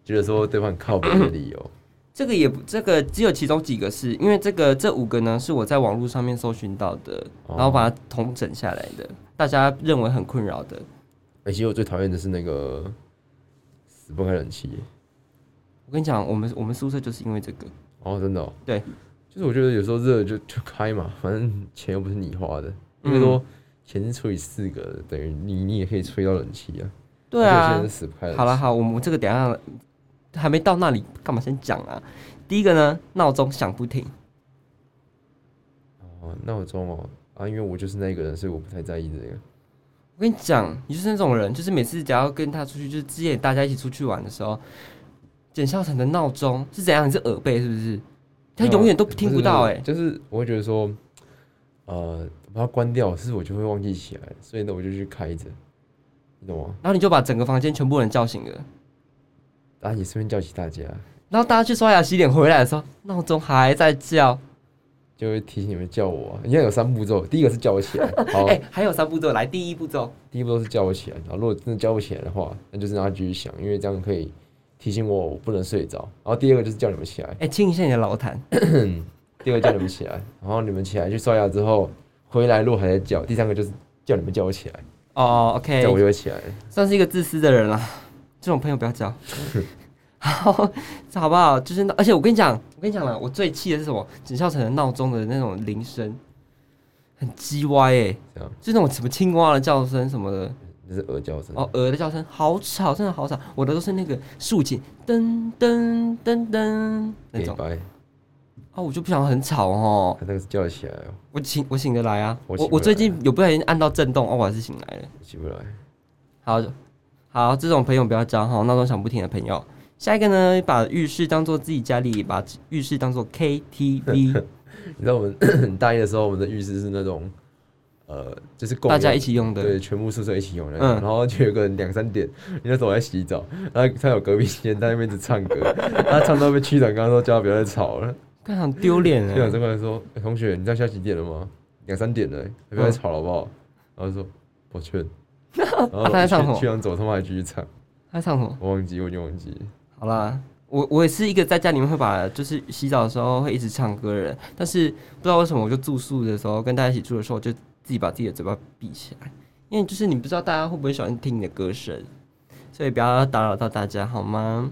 [SPEAKER 2] 觉得说对方很靠谱的理由。
[SPEAKER 1] 这个也不，这个只有其中几个是因为这个这五个呢是我在网络上面搜寻到的，
[SPEAKER 2] 哦
[SPEAKER 1] 然后把它统整下来的，大家认为很困扰的。
[SPEAKER 2] 而且我最讨厌的是那个死不开冷气。
[SPEAKER 1] 我跟你讲，我们我们宿舍就是因为这个，
[SPEAKER 2] 哦，真的、哦。
[SPEAKER 1] 对，
[SPEAKER 2] 就是我觉得有时候热就就开嘛，反正钱又不是你花的，因
[SPEAKER 1] 嗯
[SPEAKER 2] 为说钱是除以四个的，等于你你也可以吹到冷气啊。
[SPEAKER 1] 对
[SPEAKER 2] 而且有些
[SPEAKER 1] 啊
[SPEAKER 2] 人，死不开冷气。
[SPEAKER 1] 好了好，我们这个等一下还没到那里，干嘛先讲啊？第一个呢，闹钟响不停，
[SPEAKER 2] 哦，那我装哦啊，因为我就是那个人，所以我不太在意这个。
[SPEAKER 1] 我跟你讲，你就是那种人，就是每次只要跟他出去，就是之前大家一起出去玩的时候，简校城的闹钟是怎样？你是耳背是不是？他永远都
[SPEAKER 2] 没有
[SPEAKER 1] 听不到哎、
[SPEAKER 2] 是就是我会觉得说，呃，把它关掉，是我就会忘记起来，所以呢，我就去开着，你懂吗？
[SPEAKER 1] 然后你就把整个房间全部人叫醒了，
[SPEAKER 2] 啊，也顺便叫起大家，
[SPEAKER 1] 然后大家去刷牙洗脸回来的时候，闹钟还在
[SPEAKER 2] 哦
[SPEAKER 1] 叫，
[SPEAKER 2] 就会提醒你们叫我、啊。应该有三步骤，第一个是叫我起 来，好，
[SPEAKER 1] 哎、还有三步骤，来第一步骤，
[SPEAKER 2] 第一步骤是叫我起来，然后如果真的叫不起来的话，那就是让它继续响，因为这样可以提醒我我不能睡着。然后第二个就是叫你们起来，
[SPEAKER 1] 哎、亲一下你的老痰。
[SPEAKER 2] 第二个叫你们起来， 然后你们起来去刷牙之后回来，如果还在叫，第三个就是叫你们叫我起来，
[SPEAKER 1] 哦
[SPEAKER 2] 这样我
[SPEAKER 1] ，OK，
[SPEAKER 2] 就会起来了。
[SPEAKER 1] 算是一个自私的人了，这种朋友不要交。好，这好不好？就是那，而且我跟你讲，我跟你讲了，我最气的是什么？警校城的闹钟的那种铃声，很鸡歪哎、
[SPEAKER 2] 这样
[SPEAKER 1] 就那种什么青蛙的叫声什么的，
[SPEAKER 2] 这是鹅叫声。
[SPEAKER 1] 哦，鹅的叫声，好吵，真的好吵。我的都是那个竖琴，噔噔噔噔那
[SPEAKER 2] 给
[SPEAKER 1] 种。
[SPEAKER 2] 白，
[SPEAKER 1] 哦，我就不想很吵哦，
[SPEAKER 2] 他那个是叫起来哦，
[SPEAKER 1] 我醒我醒得来啊，
[SPEAKER 2] 我
[SPEAKER 1] 我
[SPEAKER 2] 醒不
[SPEAKER 1] 我最
[SPEAKER 2] 来
[SPEAKER 1] 近有不小心按到震动，哦，我还是醒来了。
[SPEAKER 2] 起不来。
[SPEAKER 1] 好好，这种朋友不要交哈，闹钟响不停的朋友。下一个呢，把浴室当做自己家里，把浴室当做 KTV，
[SPEAKER 2] 你知道我们 大一的时候，我们的浴室是那种，呃，就是共
[SPEAKER 1] 大家
[SPEAKER 2] 用
[SPEAKER 1] 一起用的。
[SPEAKER 2] 对，全部宿舍一起用的那种。
[SPEAKER 1] 嗯
[SPEAKER 2] 然后就有个人两三点，你那时候我在洗澡，然后他有隔壁间在那边一直唱歌，他唱到被区长刚刚说叫他不要再吵了。
[SPEAKER 1] 看很丢脸
[SPEAKER 2] 区长
[SPEAKER 1] 哎，
[SPEAKER 2] 就过来说：“欸同学，你知道现在几点了吗？两三点了、欸，不
[SPEAKER 1] 嗯
[SPEAKER 2] 要再吵了好不好？”然后说：“抱 歉。”然后
[SPEAKER 1] 啊他在唱什么
[SPEAKER 2] 区长走，他妈还继续唱，
[SPEAKER 1] 他唱什么？
[SPEAKER 2] 我忘记，我已经忘记了。
[SPEAKER 1] 好啦，我我也是一个在家里面会把就是洗澡的时候会一直唱歌的人，但是不知道为什么我就住宿的时候跟大家一起住的时候，我就自己把自己的嘴巴闭起来，因为就是你不知道大家会不会喜欢听你的歌声，所以不要打扰到大家好吗？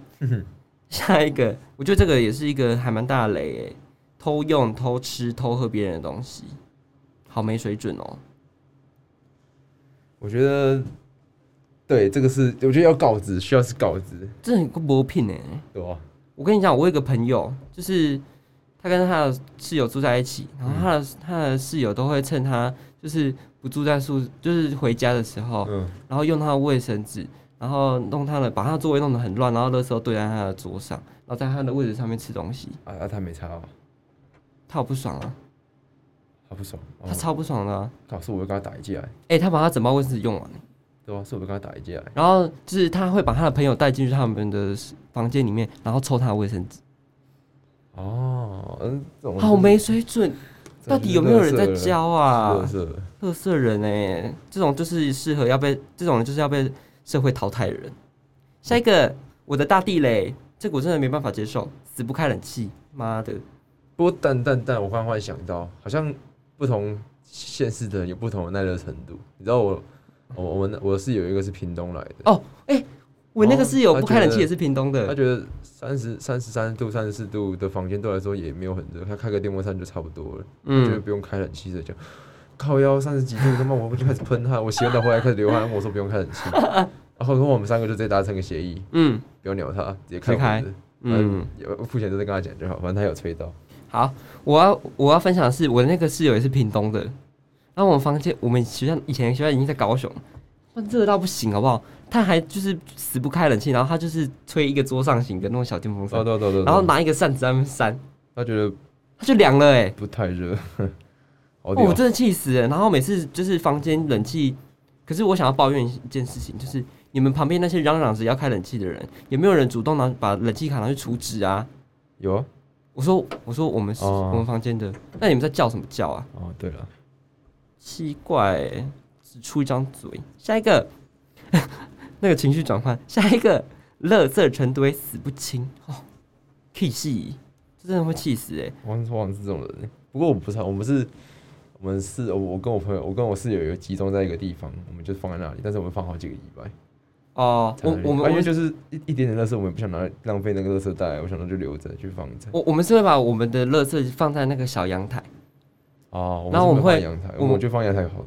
[SPEAKER 1] 下一个，我觉得这个也是一个还蛮大的雷诶、偷用、偷吃、偷喝别人的东西，好没水准哦、
[SPEAKER 2] 我觉得，对，这个是我觉得要告知，需要是告知，
[SPEAKER 1] 这很欸个磨品诶、
[SPEAKER 2] 对吧？
[SPEAKER 1] 我跟你讲，我有一个朋友，就是他跟他的室友住在一起，然后他
[SPEAKER 2] 嗯
[SPEAKER 1] 的、他的室友都会趁他就是不住在宿，就是回家的时候，
[SPEAKER 2] 嗯，
[SPEAKER 1] 然后用他的卫生纸，然后弄他的把他的座位弄得很乱，然后垃圾都堆在他的桌上，然后在他的位置上面吃东西，
[SPEAKER 2] 啊啊，他没差哦。
[SPEAKER 1] 他好不爽啊！
[SPEAKER 2] 他不爽，哦
[SPEAKER 1] 他超不爽的啊、
[SPEAKER 2] 搞事我会跟他打一架欸，
[SPEAKER 1] 哎、他把他整包卫生纸用完，
[SPEAKER 2] 对吧、啊？是我会跟他打一架欸，
[SPEAKER 1] 然后就是他会把他的朋友带进去他们的房间里面，然后抽他的卫生纸，
[SPEAKER 2] 哦，嗯，这种
[SPEAKER 1] 好没水准，到底有没有人在教
[SPEAKER 2] 啊
[SPEAKER 1] 啊？？
[SPEAKER 2] 是
[SPEAKER 1] 乐色人哎、这种就是适合要被这种人就是要被社会淘汰的人。下一个，我的大地雷，这个我真的没办法接受，死不开冷气，妈的！
[SPEAKER 2] 不过但但但，我刚刚忽然想到，好像不同县市的人有不同的耐热程度。你知道我我我们我是有一个是屏东来 的，
[SPEAKER 1] 哦，哎、我那个
[SPEAKER 2] 哦
[SPEAKER 1] 室友
[SPEAKER 2] 他
[SPEAKER 1] 不开冷
[SPEAKER 2] 觉
[SPEAKER 1] 气
[SPEAKER 2] 得
[SPEAKER 1] 也是屏东
[SPEAKER 2] 他
[SPEAKER 1] 的，
[SPEAKER 2] 觉得三十三十三度、三十四度的房间对我来说也没有很热，他开个电风扇就差不多了，觉得
[SPEAKER 1] 嗯，
[SPEAKER 2] 不用开冷气的就。靠腰三十几度，他妈我就开始喷汗，我洗完澡回来开始流汗，我说不用开冷 气，然后我们三个就直接达成个协议，
[SPEAKER 1] 嗯
[SPEAKER 2] 不要鸟他，直接
[SPEAKER 1] 直接开
[SPEAKER 2] 开蚊子。
[SPEAKER 1] 嗯
[SPEAKER 2] 嗯，，有付钱都在跟他讲就好，反正他有吹到。
[SPEAKER 1] 好，我要我要分享的是，我的那个室友也是屏东的，然后我们房间，我们学校以前学校已经在高雄，哇热到不行，好不好？他还就是死不开冷气，然后他就是吹一个桌上型的那种小电风扇
[SPEAKER 2] 哦，，对对对。
[SPEAKER 1] 然后拿一个扇子在那边扇，
[SPEAKER 2] 他觉得
[SPEAKER 1] 他就凉了哎、欸
[SPEAKER 2] 不太热， 好
[SPEAKER 1] 哦我
[SPEAKER 2] 屌。
[SPEAKER 1] 真的气死了。然后每次就是房间冷气，可是我想要抱怨一件事情，就是你们旁边那些嚷嚷着要开冷气的人，有没有人主动拿把冷气卡拿去储值啊？
[SPEAKER 2] 有啊，
[SPEAKER 1] 我说我说我们是、
[SPEAKER 2] 哦
[SPEAKER 1] 我们房间的，那你们在叫什么叫啊？
[SPEAKER 2] 哦对了，
[SPEAKER 1] 奇怪、只出一张嘴。下一个， 那个情绪转换，下一个，乐色成堆死不清哦，气死，这真的会气死哎、
[SPEAKER 2] 王王是这种人。不过我不是啊，我们是，我们是，我我跟我朋友，我跟我室友有集中在一个地方，我们就放在那里，但是我们放好几个礼拜。
[SPEAKER 1] 哦，我我们
[SPEAKER 2] 啊
[SPEAKER 1] 我
[SPEAKER 2] 因为
[SPEAKER 1] 们
[SPEAKER 2] 就是一一点点垃圾，我们也不想拿浪费那个垃圾袋，我想到就留着去放着。
[SPEAKER 1] 我我们是会把我们的垃圾放在那个小阳台，
[SPEAKER 2] 哦，
[SPEAKER 1] 然后
[SPEAKER 2] 我
[SPEAKER 1] 我
[SPEAKER 2] 们
[SPEAKER 1] 们
[SPEAKER 2] 是没有
[SPEAKER 1] 会
[SPEAKER 2] 放阳
[SPEAKER 1] 我
[SPEAKER 2] 台，我
[SPEAKER 1] 们
[SPEAKER 2] 们就放阳台好，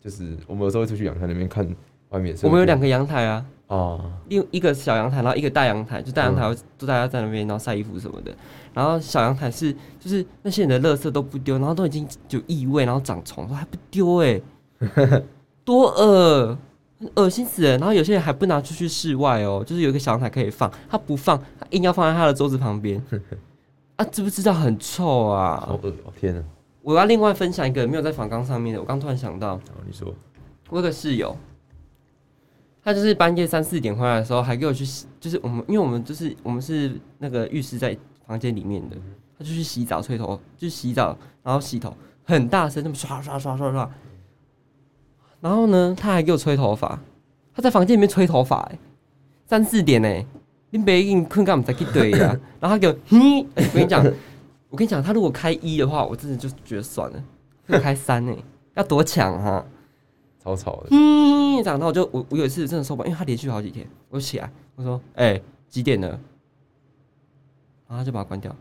[SPEAKER 2] 就是我们有时候会出去阳台那边看外面。
[SPEAKER 1] 我们有两个阳台啊，
[SPEAKER 2] 啊，
[SPEAKER 1] 另一个小阳台，然后一个大阳台，就大阳台会都大家在那边，然后晒衣服什么的。然后小阳台是就是那些人的垃圾都不丢，然后都已经有异味，然后长虫，都还不丢哎、多恶，恶心死了。然后有些人还不拿出去室外哦，就是有一个小阳台可以放，他不放，他硬要放在他的桌子旁边。啊，知不知道很臭
[SPEAKER 2] 好
[SPEAKER 1] 啊！
[SPEAKER 2] 恶哦，天哪！
[SPEAKER 1] 我要另外分享一个没有在房纲上面的，我刚突然想到，
[SPEAKER 2] 然后你说，
[SPEAKER 1] 我有个室友，他就是半夜三四点回来的时候，还给我去洗，就是我们，因为我们就是我们是那个浴室在房间里面的，他就去洗澡、吹头，就洗澡，然后洗头，很大声，那么刷刷刷刷刷。然后呢，他还给我吹头发，他在房间里面吹头发、欸，三四点呢、欸你别硬困干嘛才去对呀、然后他给我，嘿，我跟你讲，我跟你讲，他如果开一的话，我真的就觉得算了，他开三呢、要多强啊哈、
[SPEAKER 2] 超吵的，
[SPEAKER 1] 嗯，然后我就我我有一次真的受不了，因为他连续好几天，我就起来我说，哎、几点了？然后他就把它关掉。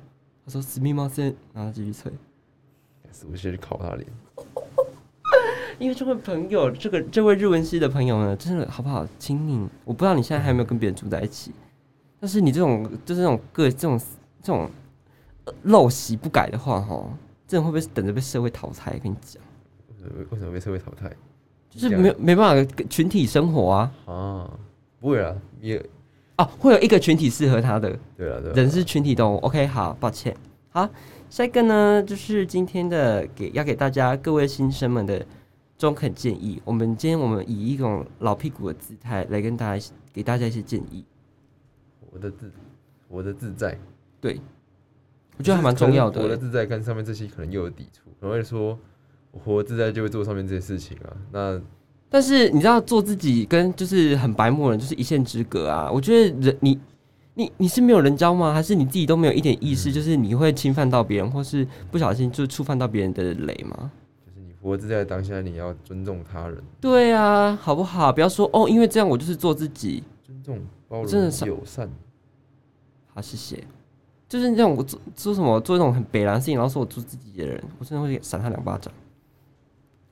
[SPEAKER 1] 他说死命猫森，然后继续吹，
[SPEAKER 2] 死不去烤他脸。
[SPEAKER 1] 因为这位朋友，这个这位日文系的朋友呢，真的好不好？请你，我不知道你现在还有没有跟别人住在一起，但是你这种就是这种个这种这种呃陋习不改的话，哈，这种会不会等着被社会淘汰？跟你讲，
[SPEAKER 2] 呃为什么被社会淘汰
[SPEAKER 1] 就是没有没办法跟群体生活啊，
[SPEAKER 2] 啊？不会啦，也
[SPEAKER 1] 哦、会有一个群体适合他的，
[SPEAKER 2] 对了，对啦
[SPEAKER 1] 人是群体动物。OK，好，抱歉。好，下一个呢，就是今天的给要给大家各位新生们的中肯建议。我们今天我们以一种老屁股的姿态来跟大家一起给大家一些建议，
[SPEAKER 2] 我的自我的自在，
[SPEAKER 1] 我觉得还蛮重要
[SPEAKER 2] 可是我的
[SPEAKER 1] 的。欸
[SPEAKER 2] 自在跟上面这些可能又有抵触，可能会说我活得自在就会做上面这些事情啊。那
[SPEAKER 1] 但是你知道，做自己跟就是很白目的人就是一线之隔啊。我觉得人你。你你是没有人教吗？还是你自己都没有一点意
[SPEAKER 2] 嗯
[SPEAKER 1] 识？就是你会侵犯到别人，或是不小心就触犯到别人的雷吗？
[SPEAKER 2] 就是你活得自在的当下，你要尊重他人，
[SPEAKER 1] 对啊，好不好？不要说哦，因为这样我就是做自己。
[SPEAKER 2] 尊重、包
[SPEAKER 1] 真
[SPEAKER 2] 容
[SPEAKER 1] 的、是
[SPEAKER 2] 友善。
[SPEAKER 1] 好，谢谢。就是那种我做做什么做那种很北兰的事情，然后说我做自己的人，我真的会扇他两巴掌。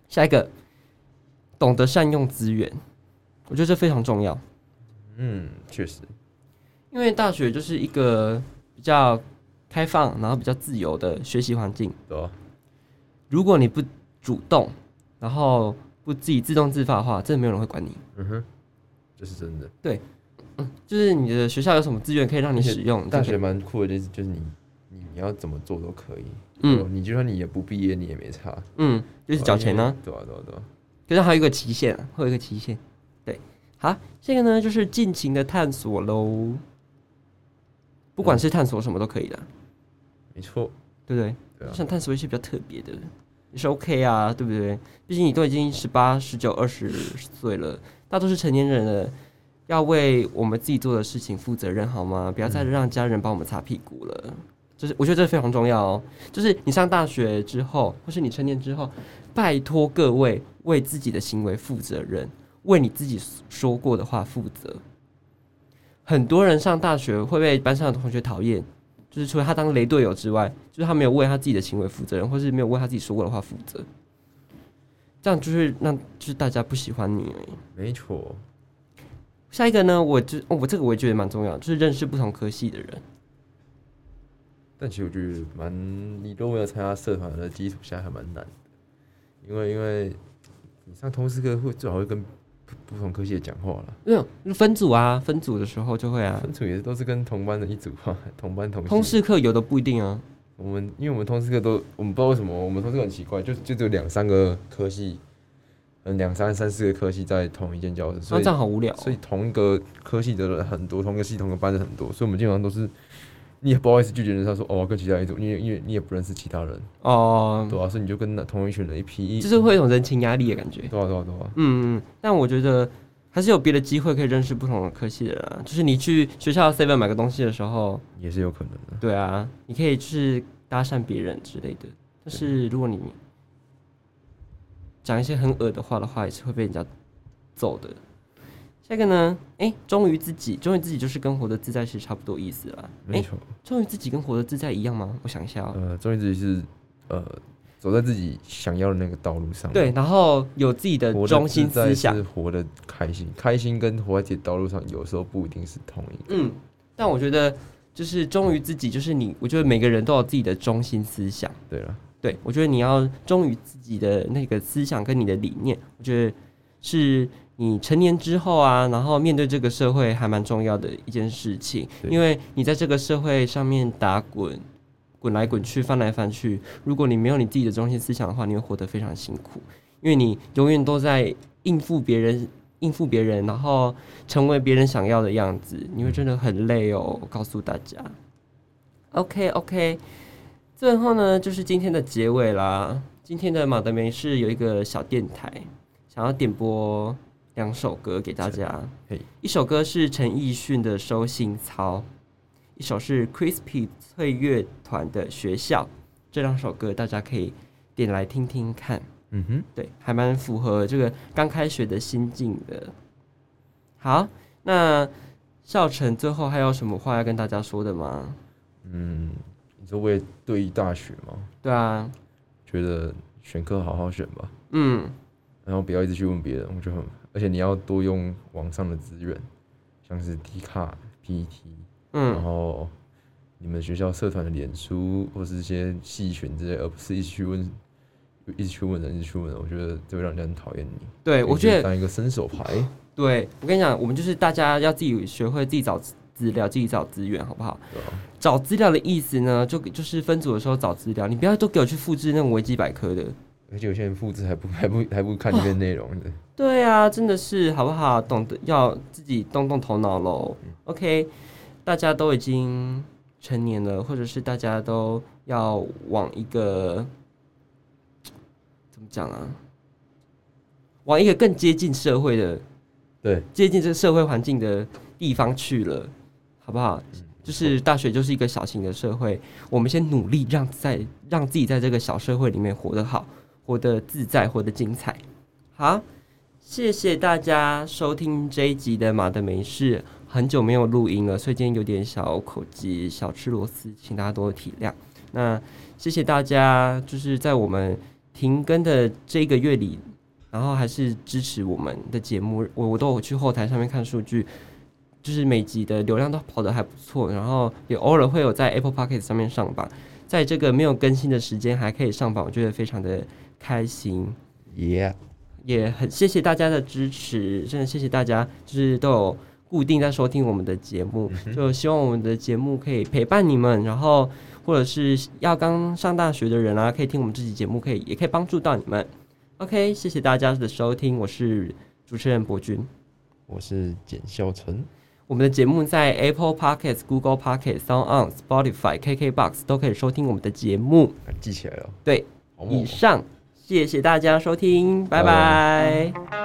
[SPEAKER 1] 下一个，懂得善用资源，我觉得这非常重要，
[SPEAKER 2] 嗯，确实，
[SPEAKER 1] 因为大学就是一个比较开放，然后比较自由的学习环境。
[SPEAKER 2] 对吧？
[SPEAKER 1] 如果你不主动，然后不自己自动自发的话，真的没有人会管你。
[SPEAKER 2] 嗯哼，这是真的。
[SPEAKER 1] 就是你的学校有什么资源可以让你
[SPEAKER 2] 而且
[SPEAKER 1] 使用，
[SPEAKER 2] 大
[SPEAKER 1] 就可以
[SPEAKER 2] 学蛮酷的，就是就是你你你要怎么做都可以。
[SPEAKER 1] 嗯
[SPEAKER 2] 嗯，你就算你也不毕业，你也没差，
[SPEAKER 1] 嗯，就是缴钱呢、
[SPEAKER 2] 因为对啊，对啊，对啊。
[SPEAKER 1] 可是还有一个期限啊，会有一个期限。对，好，这个呢就是尽情的探索喽，不管是探索什么都可以的，
[SPEAKER 2] 没错，
[SPEAKER 1] 对不对？
[SPEAKER 2] 对啊，
[SPEAKER 1] 想探索一些比较特别的，也是 OK 啊，对不对？毕竟你都已经十八、十九、二十岁了，大都是成年人了，要为我们自己做的事情负责任，好吗？不要再让家人帮我们擦屁股了。就是我觉得这非常重要哦。就是你上大学之后，或是你成年之后，拜托各位为自己的行为负责任，为你自己说过的话负责。很多人上大学会被班上的同学讨厌，就是除了他当雷队友之外，就是他没有为他自己的行为负责任，或是没有为他自己说过的话负责。这样就是让就是大家不喜欢你而已。
[SPEAKER 2] 没错，
[SPEAKER 1] 下一个呢，我就、哦我这个我也觉得蛮重要，就是认识不同科系的人。
[SPEAKER 2] 但其实我觉得蛮，你如果没有参加社团的基础下还蛮难的，因为因为你上通识课会最好会跟不不同科系的讲话 了，
[SPEAKER 1] 没有分组啊，分组的时候就会啊。
[SPEAKER 2] 分组也都是跟同班的一组啊，同班同系。
[SPEAKER 1] 通识课有的不一定啊，
[SPEAKER 2] 我们因为我们通识课都我们不知道为什么我们通识课很奇怪，就就只有两三个科系，嗯，两三三四个科系在同一间教室，
[SPEAKER 1] 那
[SPEAKER 2] 所以
[SPEAKER 1] 这样好无聊哦、
[SPEAKER 2] 所以同一个科系的人很多，同一个系同一个班的很多，所以我们基本上都是，你也不好意思拒绝人家说哦，我要跟其他一组，因为因为你也不认识其他人，
[SPEAKER 1] 哦、
[SPEAKER 2] 对啊，所以你就跟那同一群人一批，一
[SPEAKER 1] 就是会有一种人情压力的感觉。
[SPEAKER 2] 对啊对啊对啊，
[SPEAKER 1] 嗯，嗯，但我觉得还是有别的机会可以认识不同的科系的人啊。就是你去学校 seven 买个东西的时候，
[SPEAKER 2] 也是有可能的，
[SPEAKER 1] 对啊，你可以去搭讪别人之类的。但是如果你讲一些很恶的话的话，也是会被人家揍的。下一个呢？哎、忠于自己，忠于自己就是跟活得自在是差不多意思啦。哎、
[SPEAKER 2] 没错，
[SPEAKER 1] 忠于自己跟活得自在一样吗？我想一下哦、
[SPEAKER 2] 呃，终于自己是呃走在自己想要的那个道路上，
[SPEAKER 1] 对，，然后有自己的
[SPEAKER 2] 活得
[SPEAKER 1] 中心
[SPEAKER 2] 自在
[SPEAKER 1] 思想
[SPEAKER 2] 是，活得开心，开心跟活在自己的道路上有时候不一定是同一个，
[SPEAKER 1] 嗯，但我觉得就是忠于自己，就是你，我觉得每个人都有自己的中心思想。
[SPEAKER 2] 对了，
[SPEAKER 1] 对我觉得你要忠于自己的那个思想跟你的理念，我觉得是你成年之后啊，然后面对这个社会还蛮重要的一件事情，
[SPEAKER 2] 对
[SPEAKER 1] 因为你在这个社会上面打滚。滚来滚去，翻来翻去。如果你没有你自己的中心思想的话，你会活得非常辛苦，因为你永远都在应付别人，应付别人，然后成为别人想要的样子，你会真的很累哦。我告诉大家，OK OK，最后呢，就是今天的结尾啦。今天的马德梅是有一个小电台，想要点播两首歌给大家
[SPEAKER 2] 嘿。
[SPEAKER 1] 一首歌是陈奕迅的《收信操》，一首是 Crispy 翠乐团的《学校》。这两首歌大家可以点来听听看，
[SPEAKER 2] 嗯哼，
[SPEAKER 1] 对，还蛮符合这个刚开学的心境的。好，那笑晨最后还有什么话要跟大家说的吗？
[SPEAKER 2] 嗯，你说为了对于大学吗？
[SPEAKER 1] 对啊，
[SPEAKER 2] 觉得选课好好选吧，
[SPEAKER 1] 嗯，
[SPEAKER 2] 然后不要一直去问别人，我觉得很，而且你要多用网上的资源，像是 D 卡、PET，然
[SPEAKER 1] 嗯，
[SPEAKER 2] 后你们学校社团的脸书或是一些系群之类，而不是一直去问，一直去问人，一直去问人，我觉得这会让人家很讨厌你。
[SPEAKER 1] 对，哎我
[SPEAKER 2] 你
[SPEAKER 1] 觉
[SPEAKER 2] 就
[SPEAKER 1] 得
[SPEAKER 2] 当一个伸手牌，
[SPEAKER 1] 对我跟你讲，我们就是大家要自己学会自己找资料，自己找资源，好不好？
[SPEAKER 2] 对吧、
[SPEAKER 1] 找资料的意思呢，就就是分组的时候找资料，你不要都给我去复制那种维基百科的。
[SPEAKER 2] 而且有些人复制还不 还不还不看里面内容的，
[SPEAKER 1] 对啊，真的是好不好？懂得要自己动动头脑喽。OK，大家都已经成年了，或者是大家都要往一个怎么讲啊？往一个更接近社会的
[SPEAKER 2] 对，
[SPEAKER 1] 接近这个社会环境的地方去了，好不好？就是大学就是一个小型的社会，我们先努力让在让自己在这个小社会里面活得好，活得自在，活得精彩。好，谢谢大家收听这一集的马的没事，很久没有录音了，所以今天有点小口急，小吃螺丝，请大家多体谅。那谢谢大家，就是在我们停更的这个月里然后还是支持我们的节目，我我都有去后台上面看数据，就是每集的流量都跑得还不错，然后也偶尔会有在 Apple p o c k e t 上面上榜，在这个没有更新的时间还可以上榜，我觉得非常的开心，
[SPEAKER 2] 耶、
[SPEAKER 1] 也很谢谢大家的支持，真的谢谢大家，就是都有
[SPEAKER 2] 嗯
[SPEAKER 1] 固定在收听我们的节目，就希望我们的节目可以陪伴你们，然后。或者是要刚上大学的人啊，可以听我们这期节目，可以也可以帮助到你们。OK，谢谢大家的收听，我是主持人博君。
[SPEAKER 2] 我是简孝成，
[SPEAKER 1] 我们的节目在 Apple Podcasts、Google Podcasts、Sound On、Spotify、KKBox 都可以收听我们的节目。
[SPEAKER 2] 啊记起来了。
[SPEAKER 1] 对，
[SPEAKER 2] 好猛哦
[SPEAKER 1] 以上谢谢大家收听，拜
[SPEAKER 2] 拜
[SPEAKER 1] 拜。